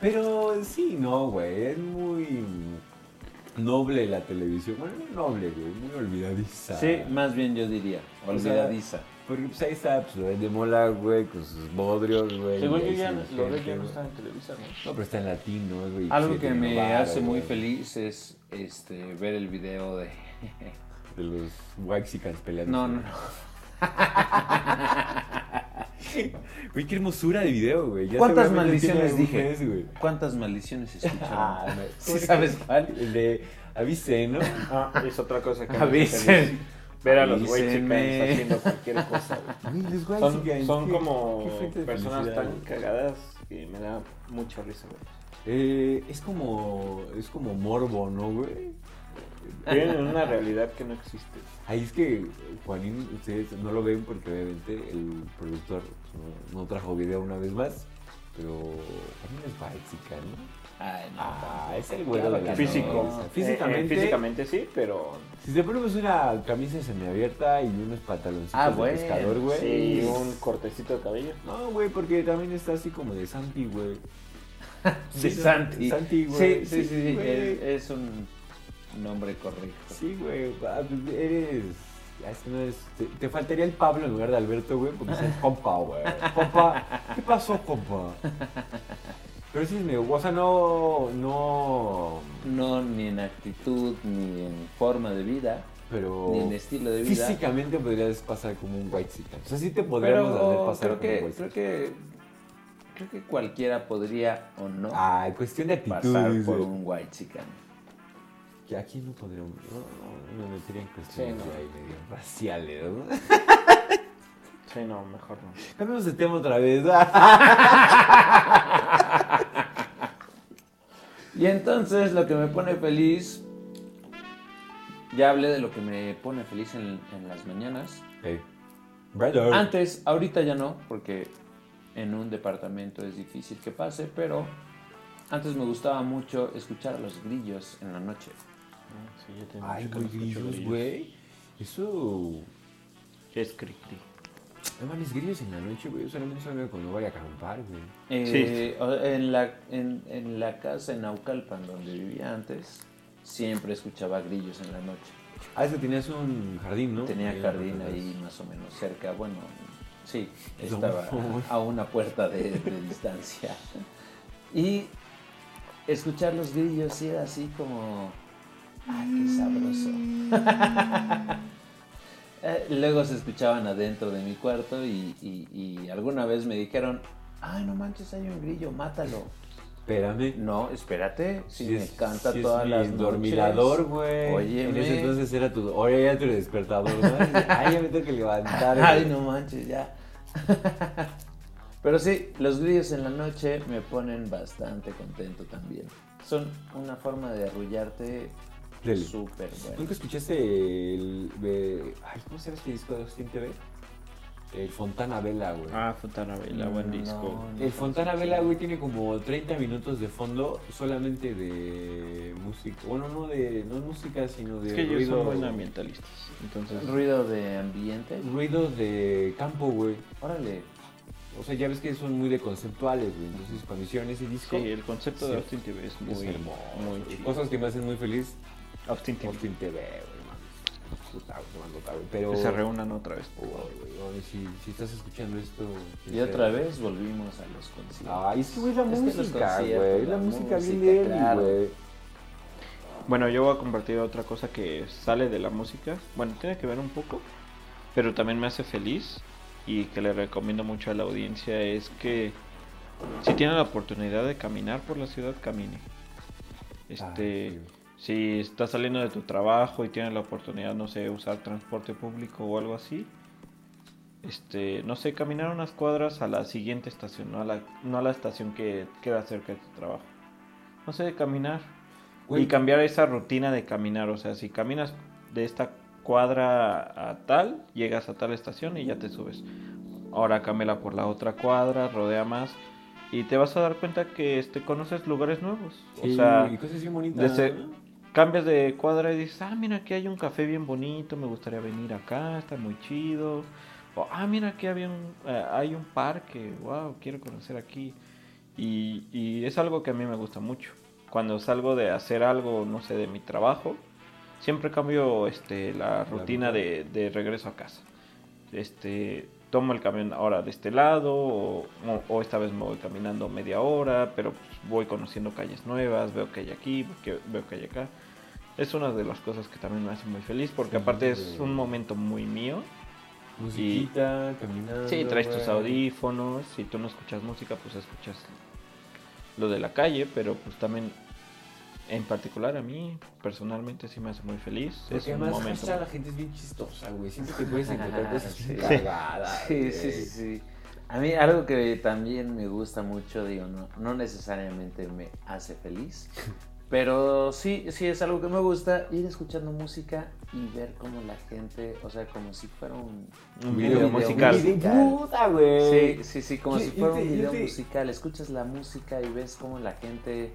[SPEAKER 2] Pero sí, no, güey. Es muy noble la televisión. Bueno, no noble, güey. Muy olvidadiza.
[SPEAKER 3] Sí, más bien yo diría.
[SPEAKER 2] O sea,
[SPEAKER 3] Olvidadiza.
[SPEAKER 2] Porque pues ahí está, pues, Loret de Mola, güey, con sus bodrios, güey.
[SPEAKER 1] Según
[SPEAKER 2] y
[SPEAKER 1] yo
[SPEAKER 2] ahí
[SPEAKER 1] ya,
[SPEAKER 2] sí,
[SPEAKER 1] lo
[SPEAKER 2] gente,
[SPEAKER 1] de ya no
[SPEAKER 2] güey.
[SPEAKER 1] está en Televisa, ¿no?
[SPEAKER 2] No, pero está en latino, güey.
[SPEAKER 3] Algo
[SPEAKER 2] sí,
[SPEAKER 3] que
[SPEAKER 2] de
[SPEAKER 3] me
[SPEAKER 2] Novaro,
[SPEAKER 3] hace muy
[SPEAKER 2] güey,
[SPEAKER 3] feliz es este ver el video de. [laughs]
[SPEAKER 2] De los Waxicans peleando.
[SPEAKER 3] No, no, no.
[SPEAKER 2] [laughs] Güey, qué hermosura de video, güey. Ya
[SPEAKER 3] ¿Cuántas
[SPEAKER 2] seguramente tiene
[SPEAKER 3] maldiciones
[SPEAKER 2] algún
[SPEAKER 3] dije?
[SPEAKER 2] mes, güey.
[SPEAKER 3] ¿Cuántas maldiciones
[SPEAKER 2] Ah, [laughs]
[SPEAKER 3] escucharon?
[SPEAKER 2] no.
[SPEAKER 3] ¿Sí sabes cuál?
[SPEAKER 2] El de avise, ¿no?
[SPEAKER 1] Ah, es otra cosa que... me hace feliz.
[SPEAKER 3] Avisen.
[SPEAKER 1] Ver a los güeyes
[SPEAKER 2] Avísenme.
[SPEAKER 1] haciendo cualquier cosa. güey.
[SPEAKER 2] Güey, los guys
[SPEAKER 1] Son,
[SPEAKER 2] guys,
[SPEAKER 1] son
[SPEAKER 2] qué-
[SPEAKER 1] como
[SPEAKER 2] qué fuente de
[SPEAKER 1] personas
[SPEAKER 2] felicidad,
[SPEAKER 1] tan
[SPEAKER 2] güey.
[SPEAKER 1] cagadas que me da mucha risa, güey.
[SPEAKER 2] Eh, es como. Es como morbo, ¿no, güey?
[SPEAKER 1] Viven en una realidad que no existe. [laughs]
[SPEAKER 2] Ahí es que Juanín, ustedes no lo ven porque obviamente el productor pues, no, no trajo video una vez más, pero Juanín es básica, ¿no?
[SPEAKER 3] Ay, no.
[SPEAKER 2] Ah, es el güero
[SPEAKER 3] Claro
[SPEAKER 2] de la
[SPEAKER 3] que
[SPEAKER 1] Físico.
[SPEAKER 2] novela.
[SPEAKER 1] Eh, eh,
[SPEAKER 2] Físicamente,
[SPEAKER 1] físicamente sí, pero
[SPEAKER 2] Si te ponemos una camisa semiabierta y unos pantaloncitos
[SPEAKER 3] Ah,
[SPEAKER 2] de
[SPEAKER 3] bueno,
[SPEAKER 2] pescador, güey.
[SPEAKER 1] sí, un cortecito de cabello.
[SPEAKER 2] No, güey, porque también está así como de Santi,
[SPEAKER 3] [laughs]
[SPEAKER 2] güey.
[SPEAKER 3] Sí,
[SPEAKER 2] no,
[SPEAKER 3] Santi.
[SPEAKER 2] Santi,
[SPEAKER 3] Sí,
[SPEAKER 2] güey.
[SPEAKER 3] sí, sí, sí, eh,
[SPEAKER 2] güey.
[SPEAKER 3] es, es un nombre correcto.
[SPEAKER 2] Sí, güey, ah, pues, eres... ah, es que no es- Te, te faltaría el Pablo en lugar de Alberto, güey, porque
[SPEAKER 3] [laughs]
[SPEAKER 2] es compa, güey. Compa, ¿qué pasó, compa? Pero sí es medio, o sea, no, no,
[SPEAKER 3] No ni en actitud, ni en forma de vida,
[SPEAKER 2] pero
[SPEAKER 3] ni en estilo de vida.
[SPEAKER 2] físicamente podrías pasar como un white O sea, sí te podríamos hacer
[SPEAKER 3] Pero
[SPEAKER 2] pasar
[SPEAKER 3] creo
[SPEAKER 2] como un
[SPEAKER 3] que,
[SPEAKER 2] white
[SPEAKER 3] creo que creo que cualquiera podría o no
[SPEAKER 2] Ah, cuestión de
[SPEAKER 3] pasar
[SPEAKER 2] actitud,
[SPEAKER 3] por un white chican.
[SPEAKER 2] que aquí no podríamos, no, no, me metería en cuestiones
[SPEAKER 1] Sí, no.
[SPEAKER 2] ahí medio raciales, ¿no? [laughs]
[SPEAKER 1] Sí, no, mejor no.
[SPEAKER 2] Cambiamos de tema otra vez, [laughs]
[SPEAKER 3] Y entonces lo que me pone feliz, ya hablé de lo que me pone feliz en, en las mañanas.
[SPEAKER 2] Hey. Brother.
[SPEAKER 3] Antes, ahorita ya no, porque en un departamento es difícil que pase, pero antes me gustaba mucho escuchar a los grillos en la noche.
[SPEAKER 1] Sí, yo tengo
[SPEAKER 2] Ay,
[SPEAKER 1] mucho
[SPEAKER 2] güey,
[SPEAKER 1] que no escucho
[SPEAKER 2] grillos,
[SPEAKER 1] grillos.
[SPEAKER 2] güey. Eso.
[SPEAKER 1] Es cri cri.
[SPEAKER 2] No mames, grillos en la noche, güey. Eso solamente salgo cuando voy a acampar, güey.
[SPEAKER 3] Eh, o- en, la, en, en la casa en Naucalpan, donde vivía antes, siempre escuchaba grillos en la noche.
[SPEAKER 2] Ah, es que tenías un jardín, ¿no?
[SPEAKER 3] Tenía
[SPEAKER 2] Eh,
[SPEAKER 3] jardín
[SPEAKER 2] no,
[SPEAKER 3] ahí más o menos cerca, bueno, sí,
[SPEAKER 2] No,
[SPEAKER 3] estaba
[SPEAKER 2] por favor.
[SPEAKER 3] a una puerta de, de distancia. [laughs] Y escuchar los grillos y era así como, ¡ah, qué sabroso! [laughs] Eh, Luego se escuchaban adentro de mi cuarto y, y- y alguna vez me dijeron, ¡ay, no manches, hay un grillo, mátalo!
[SPEAKER 2] Espérame.
[SPEAKER 3] No, espérate, si
[SPEAKER 2] Sí
[SPEAKER 3] me
[SPEAKER 2] es-
[SPEAKER 3] canta
[SPEAKER 2] sí es
[SPEAKER 3] todas
[SPEAKER 2] mi
[SPEAKER 3] las noches.
[SPEAKER 2] dormilador, güey.
[SPEAKER 3] Óyeme.
[SPEAKER 2] En ese entonces era tu. Ahora ya tu despertador, ¿no? [laughs] Ay, ya me tengo que levantar.
[SPEAKER 3] Ay,
[SPEAKER 2] güey.
[SPEAKER 3] no manches, ya. [laughs] Pero sí, los grillos en la noche me ponen bastante contento también. Son una forma de arrullarte
[SPEAKER 2] Dele.
[SPEAKER 3] súper buena.
[SPEAKER 2] ¿Nunca escuchaste el. de- Ay, ¿cómo se llama este disco de Austin TV? El Fontana Vela, güey.
[SPEAKER 1] Ah, Fontana Baila, buen
[SPEAKER 3] No,
[SPEAKER 1] disco.
[SPEAKER 3] no
[SPEAKER 2] El
[SPEAKER 3] sé
[SPEAKER 2] Fontana
[SPEAKER 3] si-
[SPEAKER 2] Vela, güey, tiene como 30 minutos de fondo solamente de música. Bueno, no de no música, sino de
[SPEAKER 1] Es que ellos
[SPEAKER 2] ruido.
[SPEAKER 1] son buen ambientalistas. Entonces,
[SPEAKER 3] Ruido de ambiente.
[SPEAKER 2] ruidos de campo, güey.
[SPEAKER 3] Órale.
[SPEAKER 2] O sea, ya ves que son muy de conceptuales, güey. Entonces, cuando hicieron ese disco,
[SPEAKER 1] sí, el concepto
[SPEAKER 2] Sí.
[SPEAKER 1] de Austin TV es muy,
[SPEAKER 2] es hermoso.
[SPEAKER 1] muy
[SPEAKER 2] güey.
[SPEAKER 1] chido.
[SPEAKER 2] Cosas que me hacen muy feliz.
[SPEAKER 1] Austin TV.
[SPEAKER 2] Austin TV, güey, mames. Puta, güey, se me han notado, güey. Pero.
[SPEAKER 1] Que se reúnan otra vez.
[SPEAKER 2] Uy, Oh, güey, oye, si, si estás escuchando esto.
[SPEAKER 3] Y otra vez volvimos a los conciertos.
[SPEAKER 2] Ay, es que, güey, la
[SPEAKER 3] Es que los
[SPEAKER 2] música,
[SPEAKER 3] conciertos,
[SPEAKER 2] güey. La,
[SPEAKER 3] la
[SPEAKER 2] música bien
[SPEAKER 3] música,
[SPEAKER 2] de
[SPEAKER 3] claro.
[SPEAKER 2] güey.
[SPEAKER 1] Bueno, yo voy a compartir otra cosa que sale de la música. Bueno, tiene que ver un poco, pero también me hace feliz y que le recomiendo mucho a la audiencia es que si tienen la oportunidad de caminar por la ciudad, camine.
[SPEAKER 2] Ay,
[SPEAKER 1] Este,
[SPEAKER 2] güey.
[SPEAKER 1] si estás saliendo de tu trabajo y tienes la oportunidad, no sé, usar transporte público o algo así, este, no sé, caminar unas cuadras a la siguiente estación, no a la, no a la estación que queda cerca de tu trabajo. No sé, caminar.
[SPEAKER 2] Güey,
[SPEAKER 1] Y cambiar esa rutina de caminar. O sea, si caminas de esta cuadra a tal, llegas a tal estación y ya te subes. Ahora cámela por la otra cuadra, rodea más. Y te vas a dar cuenta que este, conoces lugares nuevos.
[SPEAKER 2] Sí,
[SPEAKER 1] o sea,
[SPEAKER 2] y cosas bien bonitas.
[SPEAKER 1] desde-
[SPEAKER 2] ¿no?
[SPEAKER 1] cambias de cuadra y dices, ah, mira, aquí hay un café bien bonito, me gustaría venir acá, está muy chido. O, ah, mira, aquí había un, eh, hay un parque, wow, quiero conocer aquí. Y, y es algo que a mí me gusta mucho. Cuando salgo de hacer algo, no sé, de mi trabajo, siempre cambio este, la rutina
[SPEAKER 2] ruta.
[SPEAKER 1] de, de regreso a casa. Este, tomo el camión ahora de este lado, o, o- o esta vez me voy caminando media hora, pero pues, voy conociendo calles nuevas, veo que hay aquí, que, veo que hay acá. Es una de las cosas que también me hace muy feliz, porque
[SPEAKER 2] Sí,
[SPEAKER 1] aparte es
[SPEAKER 2] güey.
[SPEAKER 1] un momento muy mío.
[SPEAKER 2] Musiquita, caminando.
[SPEAKER 1] Sí, traes tus
[SPEAKER 2] güey.
[SPEAKER 1] audífonos, si tú no escuchas música, pues escuchas lo de la calle, pero pues también en particular a mí, personalmente, sí me hace muy feliz. es
[SPEAKER 2] Porque
[SPEAKER 1] un
[SPEAKER 2] además
[SPEAKER 1] momento.
[SPEAKER 2] hashtag la gente es bien chistosa, güey. Siempre te puedes encontrar cosas
[SPEAKER 3] Sí.
[SPEAKER 2] bien cagadas,
[SPEAKER 3] Sí,
[SPEAKER 2] güey.
[SPEAKER 3] sí, sí, sí. A mí algo que también me gusta mucho, digo, no, no necesariamente me hace feliz,
[SPEAKER 2] [laughs]
[SPEAKER 3] pero sí, sí es algo que me gusta, ir escuchando música y ver cómo la gente, o sea, como si fuera un...
[SPEAKER 1] Un
[SPEAKER 2] Video
[SPEAKER 1] video,
[SPEAKER 2] video
[SPEAKER 1] musical.
[SPEAKER 2] Y de puta, güey.
[SPEAKER 3] Sí, sí, sí, como
[SPEAKER 2] yo-
[SPEAKER 3] si
[SPEAKER 2] yo
[SPEAKER 3] fuera
[SPEAKER 2] te-
[SPEAKER 3] un
[SPEAKER 2] yo
[SPEAKER 3] video
[SPEAKER 2] te-
[SPEAKER 3] musical, escuchas la música y ves cómo la gente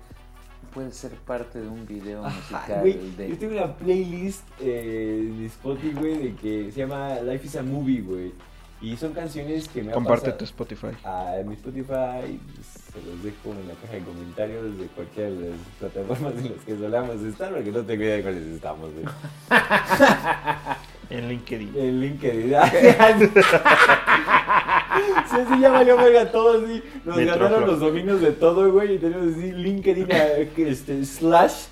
[SPEAKER 3] puede ser parte de un video
[SPEAKER 2] Ajá,
[SPEAKER 3] musical.
[SPEAKER 2] güey,
[SPEAKER 3] de-
[SPEAKER 2] yo tengo una playlist eh, en Spotify, güey, de que se llama Life is a Movie, güey. Y son canciones que me han
[SPEAKER 1] Comparte
[SPEAKER 2] pasado-
[SPEAKER 1] tu Spotify.
[SPEAKER 2] a mi Spotify, se los dejo en la caja de comentarios de cualquiera de las plataformas en las que solamos estar, porque no tengo idea de cuáles estamos, güey.
[SPEAKER 1] En LinkedIn.
[SPEAKER 2] En LinkedIn. [laughs] sí, así ya valió verga todo, así. Nos
[SPEAKER 1] Metroflog.
[SPEAKER 2] ganaron los dominios de todo, güey, y tenemos así LinkedIn a- este, slash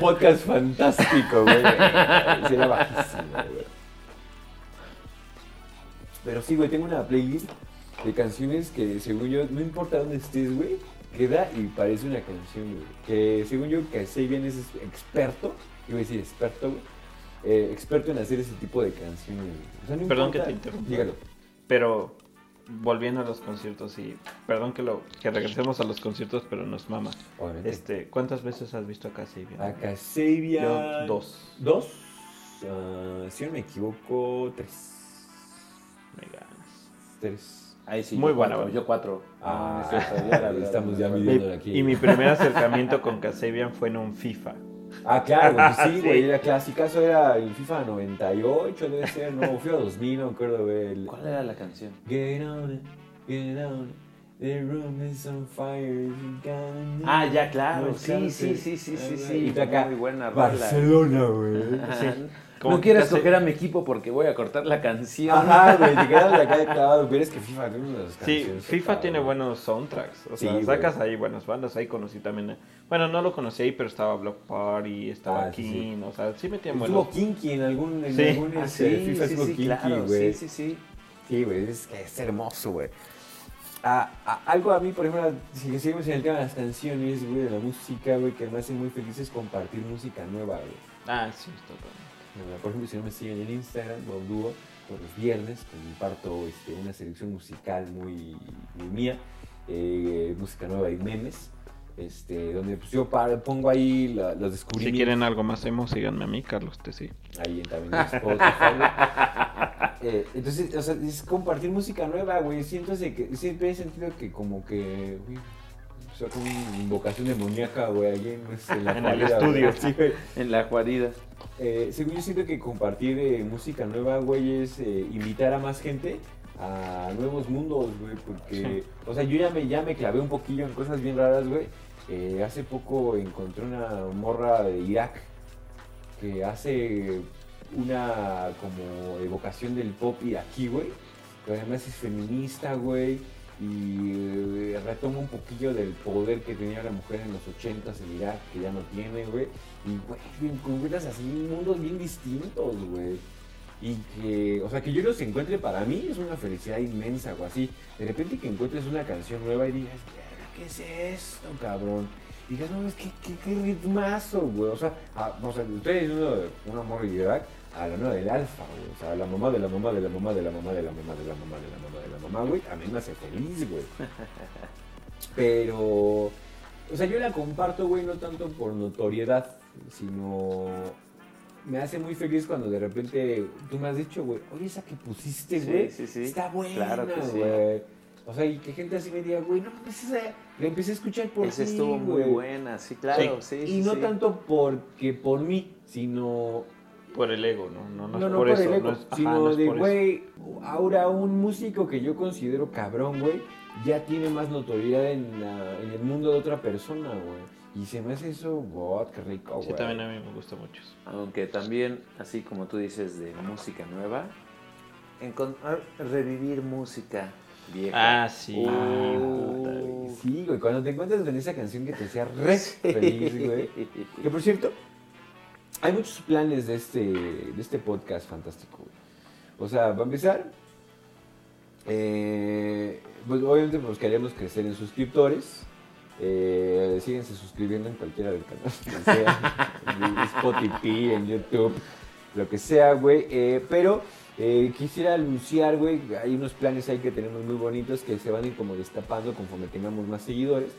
[SPEAKER 2] podcast fantástico, güey. Sería bajísimo, güey. Pero sí, güey, tengo una playlist de canciones que, según yo, no importa dónde estés, güey, queda y parece una canción, güey. Que, según yo, que sé bien es experto, iba a decir experto, güey, eh, experto en hacer ese tipo de canciones, güey. O sea, no
[SPEAKER 1] Perdón que
[SPEAKER 2] importa-
[SPEAKER 1] te interrumpa.
[SPEAKER 2] Dígalo.
[SPEAKER 1] Pero volviendo a los conciertos y perdón que lo que regresemos a los conciertos, pero nos mama.
[SPEAKER 2] Obviamente.
[SPEAKER 1] Este, ¿cuántas veces has visto a Casey?
[SPEAKER 2] A Casabia.
[SPEAKER 1] Yo dos.
[SPEAKER 2] ¿Dos? Ah, si no me equivoco, tres.
[SPEAKER 1] Me ganas.
[SPEAKER 2] Tres.
[SPEAKER 5] Ahí sí,
[SPEAKER 1] Muy
[SPEAKER 5] yo
[SPEAKER 1] buena,
[SPEAKER 5] cuatro,
[SPEAKER 1] güey.
[SPEAKER 5] Yo cuatro. No,
[SPEAKER 2] Ah,
[SPEAKER 5] no es cierto, yo
[SPEAKER 1] [laughs]
[SPEAKER 5] la verdad
[SPEAKER 2] estamos
[SPEAKER 5] no
[SPEAKER 2] ya
[SPEAKER 5] me acuerdo.
[SPEAKER 2] midiendo. Viéndolo aquí.
[SPEAKER 1] Y mi primer acercamiento con Casabian fue en un FIFA.
[SPEAKER 2] Ah, claro, pues sí,
[SPEAKER 1] Sí.
[SPEAKER 2] güey, era clasicazo, era el FIFA 98, debe ser, no, FIFA 2000, no me acuerdo, güey. el-
[SPEAKER 3] ¿Cuál era la canción?
[SPEAKER 2] Get on it, get on it, the room is on fire, you gotta-
[SPEAKER 3] Ah, ya, claro,
[SPEAKER 2] No,
[SPEAKER 3] sí, sí, sí, sí, sí,
[SPEAKER 2] Y
[SPEAKER 3] sí,
[SPEAKER 2] tú acá,
[SPEAKER 3] muy buena rola.
[SPEAKER 2] Barcelona, güey.
[SPEAKER 1] Como
[SPEAKER 3] no
[SPEAKER 1] que
[SPEAKER 3] quieras
[SPEAKER 1] casi-
[SPEAKER 3] coger a mi equipo porque voy a cortar la canción.
[SPEAKER 2] Ajá, güey, te quedas acá de clavado, pero es que FIFA tiene unas
[SPEAKER 1] Sí,
[SPEAKER 2] canciones.
[SPEAKER 1] FIFA
[SPEAKER 2] acá,
[SPEAKER 1] tiene
[SPEAKER 2] güey.
[SPEAKER 1] buenos soundtracks. O
[SPEAKER 2] Sí,
[SPEAKER 1] sea,
[SPEAKER 2] güey.
[SPEAKER 1] sacas ahí buenas bandas. Ahí conocí también. a- Bueno, no lo conocí ahí, pero estaba Block Party, estaba
[SPEAKER 2] Ah, sí, sí.
[SPEAKER 1] King. O sea, sí metían buenos.
[SPEAKER 2] Estuvo Kinky en algún, en
[SPEAKER 1] Sí.
[SPEAKER 2] algún
[SPEAKER 3] Ah,
[SPEAKER 2] este,
[SPEAKER 3] sí,
[SPEAKER 2] FIFA
[SPEAKER 3] sí,
[SPEAKER 2] estuvo
[SPEAKER 3] sí,
[SPEAKER 2] Kinky,
[SPEAKER 3] claro,
[SPEAKER 2] güey.
[SPEAKER 3] sí, sí, sí.
[SPEAKER 2] Sí, güey, es que es hermoso, güey. Ah, ah, algo a mí, por ejemplo, si que seguimos en el tema de las canciones, güey, de la música, güey, que me hace muy feliz es compartir música nueva, güey.
[SPEAKER 1] Ah, sí, está bueno.
[SPEAKER 2] Por ejemplo, si no me siguen en Instagram, Bob Dúo, todos los viernes comparto este, una selección musical muy, muy mía, eh, música nueva y memes, este, donde pues, yo paro- pongo ahí la- los
[SPEAKER 1] Si
[SPEAKER 2] descubrimientos.
[SPEAKER 1] quieren algo más emo, síganme a mí, Carlos Tesi.
[SPEAKER 2] Ahí en- también en Spotify. güey. Eh, entonces, o sea, es compartir música nueva, güey. Siento ese que siempre he sentido que como que, güey, o sea, como una invocación demoníaca, güey, allí en, este, en la
[SPEAKER 1] En el
[SPEAKER 2] cuadra,
[SPEAKER 1] estudio.
[SPEAKER 2] güey. Sí, güey.
[SPEAKER 3] En la guarida.
[SPEAKER 2] Eh, según yo siento que compartir eh, música nueva, güey, es eh, invitar a más gente a nuevos mundos, güey, porque, o sea, yo ya me, ya me clavé un poquillo en cosas bien raras, güey. Eh, hace poco encontré una morra de Irak que hace una como evocación del pop iraquí, güey, pero además es feminista, güey, y eh, retoma un poquillo del poder que tenía la mujer en los 80s en Irak, que ya no tiene, güey. Y, güey, encuentras así mundos bien distintos, güey. Y que, o sea, que yo los encuentre para mí es una felicidad inmensa, o así. De repente que encuentres una canción nueva y digas, "Verga, ¿qué es esto, cabrón? Y digas, no, es que, qué, qué ritmazo, güey. O sea, a- o sea, ustedes uno de una morra de Irak a la nueva del alfa, güey. O sea, la mamá de la mamá de la mamá de la mamá de la mamá de la mamá de la mamá de la mamá, güey. A mí me hace feliz,
[SPEAKER 3] [laughs]
[SPEAKER 2] güey. Pero o sea, yo la comparto, güey, no tanto por notoriedad, sino me hace muy feliz cuando de repente tú me has dicho, güey, oye, esa que pusiste,
[SPEAKER 3] Sí,
[SPEAKER 2] güey,
[SPEAKER 3] sí, sí.
[SPEAKER 2] está buena,
[SPEAKER 3] Claro que sí.
[SPEAKER 2] güey. O sea, y que gente así me diga, güey, no mames, esa la empecé a escuchar por
[SPEAKER 3] Esa
[SPEAKER 2] ti,
[SPEAKER 3] estuvo muy
[SPEAKER 2] güey".
[SPEAKER 3] buena, sí, claro, sí, sí.
[SPEAKER 2] Y no
[SPEAKER 3] sí.
[SPEAKER 2] tanto porque por mí, sino
[SPEAKER 1] Por el ego, ¿no? No, no,
[SPEAKER 2] no,
[SPEAKER 1] es
[SPEAKER 2] no
[SPEAKER 1] por,
[SPEAKER 2] por,
[SPEAKER 1] eso.
[SPEAKER 2] el ego,
[SPEAKER 1] no es, ajá,
[SPEAKER 2] sino
[SPEAKER 1] no es
[SPEAKER 2] de,
[SPEAKER 1] por eso.
[SPEAKER 2] güey, ahora un músico que yo considero cabrón, güey, ya tiene más notoriedad en, la- en el mundo de otra persona, güey. Y se me hace eso, god, qué rico, güey.
[SPEAKER 1] Sí, también a mí me gusta mucho. eso.
[SPEAKER 3] Aunque también, así como tú dices, de música nueva, encon- ah, revivir música vieja. Uh.
[SPEAKER 1] Ah, sí.
[SPEAKER 2] Ah,
[SPEAKER 1] puta, güey.
[SPEAKER 2] sí, güey, cuando te encuentras con esa canción que te hacía re [laughs] feliz, güey. Que por cierto, hay muchos planes de este, de este podcast fantástico, güey. O sea, va a empezar. eh, pues obviamente pues queremos crecer en suscriptores. Eh, síguense suscribiendo en cualquiera del canal. que sea, en Spotify, en YouTube, lo que sea, güey. Eh, pero eh, quisiera anunciar, güey, hay unos planes ahí que tenemos muy bonitos que se van a ir como destapando conforme tengamos más seguidores.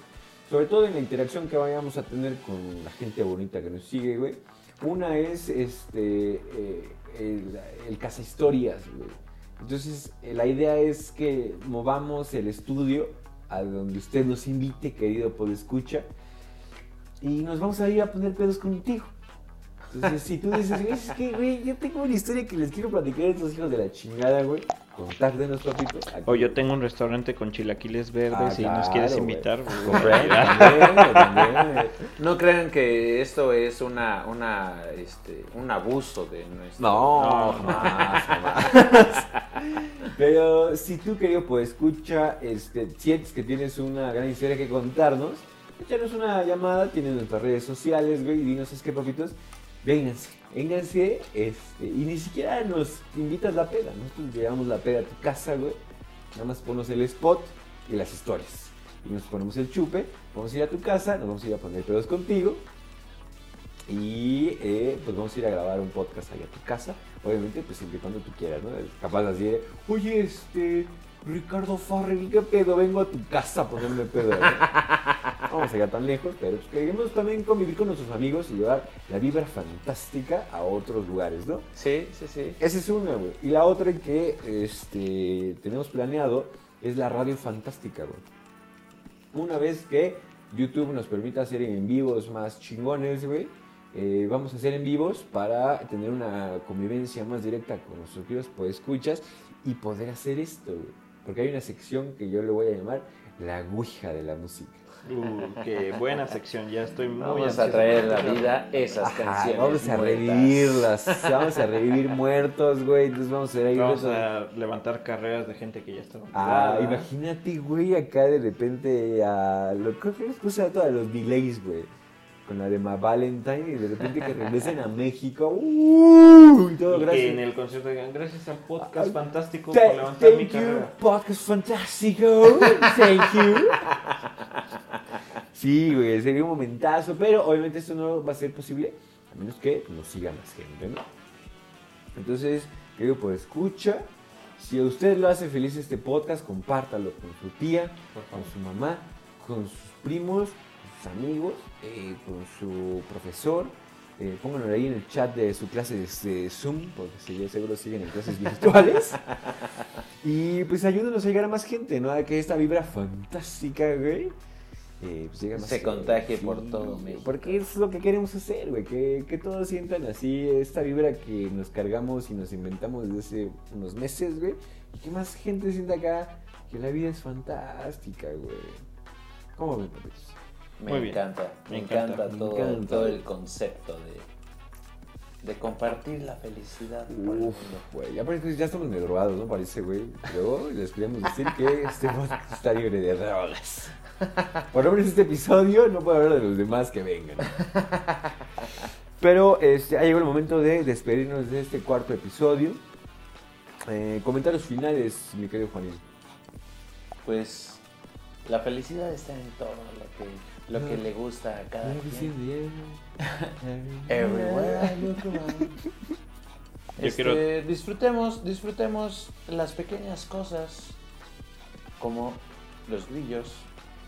[SPEAKER 2] Sobre todo en la interacción que vayamos a tener con la gente bonita que nos sigue, güey. Una es este, eh, el, el Casa Historias, güey. Entonces, eh, la idea es que movamos el estudio a donde usted nos invite, querido podescucha, y nos vamos a ir a poner pedos contigo. Entonces, si tú dices, "Güey, es que, güey, yo tengo una historia que les quiero platicar a estos hijos de la chingada, güey, contárdenos, papito. Aquí-
[SPEAKER 1] O yo tengo un restaurante con chilaquiles verdes y nos
[SPEAKER 2] Ah, claro,
[SPEAKER 1] quieres
[SPEAKER 2] güey.
[SPEAKER 1] invitar. pues, güey.
[SPEAKER 2] Comprendo, también, también, güey.
[SPEAKER 3] No crean que esto es una, una, este, un abuso de nuestro...
[SPEAKER 2] No, jamás, jamás. Pero si tú, querido, pues escucha, este, sientes que tienes una gran historia que contarnos, échanos una llamada, tienes nuestras redes sociales, güey, y dinos, es que, papitos, vénganse, vénganse, este, y ni siquiera nos invitas la peda, nosotros llevamos la peda a tu casa, güey, nada más ponos el spot y las historias. Y nos ponemos el chupe, vamos a ir a tu casa, nos vamos a ir a poner pedos contigo, y eh, pues vamos a ir a grabar un podcast ahí a tu casa. Obviamente, pues siempre y cuando tú quieras, ¿no? Capaz así de, oye, este, Ricardo Farrell, ¿qué pedo? Vengo a tu casa a ponerme pedo. [laughs] ¿no? vamos a llegar tan lejos, pero pues, queremos también convivir con nuestros amigos y llevar la vibra fantástica a otros lugares, ¿no?
[SPEAKER 3] Sí, sí, sí.
[SPEAKER 2] Esa es una, güey. Y la otra que este, tenemos planeado es la radio fantástica, güey. Una vez que YouTube nos permita hacer en vivos más chingones, güey, eh, vamos a hacer en vivos para tener una convivencia más directa con nuestros queridos escuchas y poder hacer esto, güey. Porque hay una sección que yo le voy a llamar la ouija de la música.
[SPEAKER 1] [laughs] Uh, qué buena sección, ya estoy muy
[SPEAKER 3] Vamos a
[SPEAKER 1] ansioso
[SPEAKER 3] traer
[SPEAKER 1] por
[SPEAKER 3] la
[SPEAKER 1] escucharla.
[SPEAKER 3] vida esas
[SPEAKER 2] Ajá,
[SPEAKER 3] canciones
[SPEAKER 2] vamos a
[SPEAKER 3] muertas.
[SPEAKER 2] revivirlas, vamos a revivir muertos, güey. Entonces vamos a ir ahí
[SPEAKER 1] Vamos a
[SPEAKER 2] retos-
[SPEAKER 1] levantar carreras de gente que ya está.
[SPEAKER 2] Ah,
[SPEAKER 1] muerta.
[SPEAKER 2] imagínate, güey, acá de repente a lo creo que les puse a todos los delays, güey. Con la de My Valentine y de repente que regresen
[SPEAKER 1] [laughs]
[SPEAKER 2] a México. ¡Uh! Y todo
[SPEAKER 1] Y
[SPEAKER 2] gracias.
[SPEAKER 1] que en el concierto digan, gracias al podcast
[SPEAKER 2] Ay,
[SPEAKER 1] fantástico por
[SPEAKER 2] Ta-
[SPEAKER 1] levantar mi
[SPEAKER 2] Thank you,
[SPEAKER 1] carrera.
[SPEAKER 2] podcast fantástico. Thank you. Sí, güey, sería un momentazo, pero obviamente esto no va a ser posible a menos que nos siga más gente, ¿no? Entonces, creo pues escucha. Si a usted lo hace feliz este podcast, compártalo con su tía, con su mamá, con sus primos, con sus amigos, eh, con su profesor. Eh, pónganlo ahí en el chat de su clase de, de Zoom, porque si ya seguro siguen en clases virtuales. Y pues ayúdenos a llegar a más gente, ¿no? A que esta vibra fantástica, güey. eh, pues llegue a más
[SPEAKER 3] Se
[SPEAKER 2] gente.
[SPEAKER 3] contagie por todo
[SPEAKER 2] güey,
[SPEAKER 3] México.
[SPEAKER 2] Porque es lo que queremos hacer, güey. Que, que todos sientan así esta vibra que nos cargamos y nos inventamos desde hace unos meses, güey. Y que más gente sienta acá que la vida es fantástica, güey. ¿Cómo ven, papitos?
[SPEAKER 3] Me
[SPEAKER 1] Muy bien.
[SPEAKER 3] encanta,
[SPEAKER 1] Me
[SPEAKER 3] me
[SPEAKER 1] encanta,
[SPEAKER 3] encanta,
[SPEAKER 2] me
[SPEAKER 3] todo,
[SPEAKER 2] encanta.
[SPEAKER 3] todo el concepto de, de compartir la felicidad por el
[SPEAKER 2] Uf,
[SPEAKER 3] mundo.
[SPEAKER 2] güey. Ya, parece- ya estamos drogados, ¿no? Parece, güey. Pero les queremos decir que este podcast está libre de drogas. Por lo menos este episodio no puede hablar de los demás que vengan. Pero este, ha llegado el momento de despedirnos de este cuarto episodio. Eh, comentarios finales, mi querido Juanil.
[SPEAKER 3] Pues la felicidad está en todo lo que, lo que
[SPEAKER 2] Ah.
[SPEAKER 3] le gusta a cada quien. Everywhere I look around.
[SPEAKER 1] Yo
[SPEAKER 3] Este,
[SPEAKER 1] quiero-
[SPEAKER 3] disfrutemos, disfrutemos las pequeñas cosas como los grillos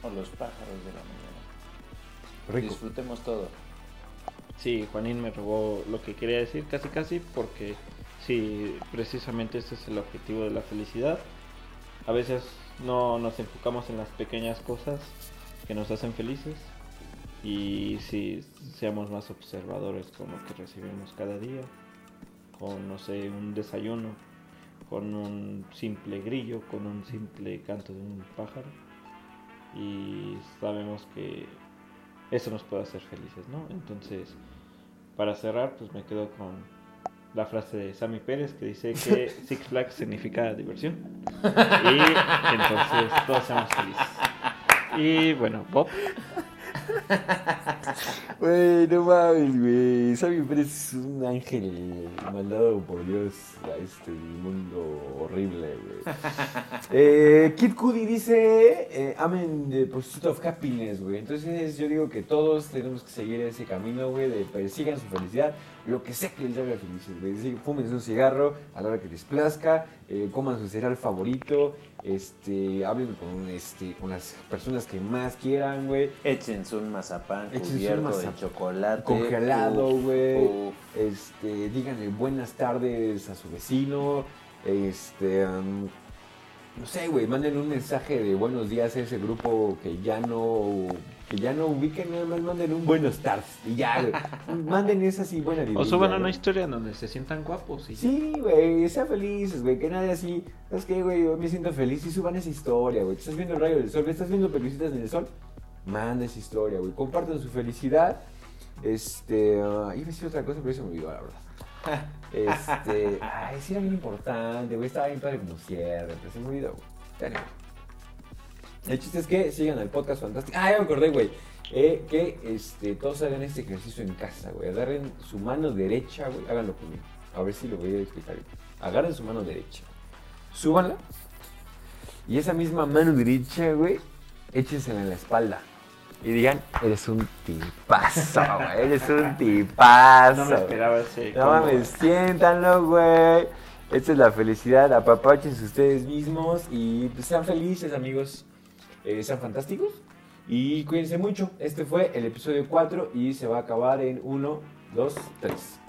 [SPEAKER 3] o los pájaros de la mañana.
[SPEAKER 2] Rico.
[SPEAKER 3] Disfrutemos todo.
[SPEAKER 1] Sí, Juanín me robó lo que quería decir casi casi porque sí, precisamente ese es el objetivo de la felicidad. A veces no nos enfocamos en las pequeñas cosas que nos hacen felices y si seamos más observadores con lo que recibimos cada día, con no sé, un desayuno, con un simple grillo, con un simple canto de un pájaro y sabemos que eso nos puede hacer felices, ¿no? Entonces, para cerrar, pues me quedo con la frase de Sammy Pérez que dice
[SPEAKER 2] [laughs]
[SPEAKER 1] que Six Flags significa diversión. Y entonces todos seamos felices. Y bueno, Bob,
[SPEAKER 2] Güey, no mames, güey. Sammy Pérez es un ángel mandado por Dios a este mundo horrible, güey. Eh, Kid Cudi dice, eh, I'm in the pursuit of happiness, güey. Entonces yo digo que todos tenemos que seguir ese camino, güey, de persigan su felicidad, lo que sea que les haga felices, güey. Sí, fúmense un cigarro a la hora que les plazca, eh, coman su cereal favorito, este, hablen con, este, con las personas que más quieran, güey.
[SPEAKER 3] Échense un mazapán
[SPEAKER 2] Échense un
[SPEAKER 3] cubierto
[SPEAKER 2] mazapán.
[SPEAKER 3] de chocolate.
[SPEAKER 2] Congelado,
[SPEAKER 3] Uf,
[SPEAKER 2] güey.
[SPEAKER 3] uf.
[SPEAKER 2] este, díganle buenas tardes a su vecino, este, am, no sé, güey, manden un mensaje de buenos días a ese grupo que ya no, que ya no ubiquen, nada más manden un buenos tardes y ya,
[SPEAKER 1] [laughs]
[SPEAKER 2] güey. manden esa así buena
[SPEAKER 1] O
[SPEAKER 2] vibra,
[SPEAKER 1] suban
[SPEAKER 2] güey.
[SPEAKER 1] una historia donde se sientan guapos y ya.
[SPEAKER 2] Sí, güey, sean felices, güey, que nadie así, ¿sabes qué, güey? Yo me siento feliz y suban esa historia, güey, estás viendo el rayo del sol, estás viendo pelucitas en el sol, manda esa historia, güey, compartan su felicidad, este, ah, iba a decir otra cosa, pero se me olvidó, la verdad.
[SPEAKER 1] [laughs]
[SPEAKER 2] Este, ay, sí era bien importante, güey, estaba bien padre como cierre, pero se me olvidó, güey. Ya ni modo. El chiste es que sigan al podcast fantástico. Ah, ya me acordé, güey. eh, que este, todos hagan este ejercicio en casa, güey. Agarren su mano derecha, güey. Háganlo conmigo. A ver si lo voy a explicar. bien. Agarren su mano derecha. Súbanla. Y esa misma mano derecha, güey, échensela en la espalda. Y digan, eres un tipazo, güey. Eres un tipazo.
[SPEAKER 1] No me esperaba ese.
[SPEAKER 2] No mames, siéntanlo, güey. Esta es la felicidad. Apapáchense ustedes mismos y pues, sean felices, amigos. Eh, sean fantásticos. Y cuídense mucho. Este fue el episodio 4 y se va a acabar en 1, 2, 3.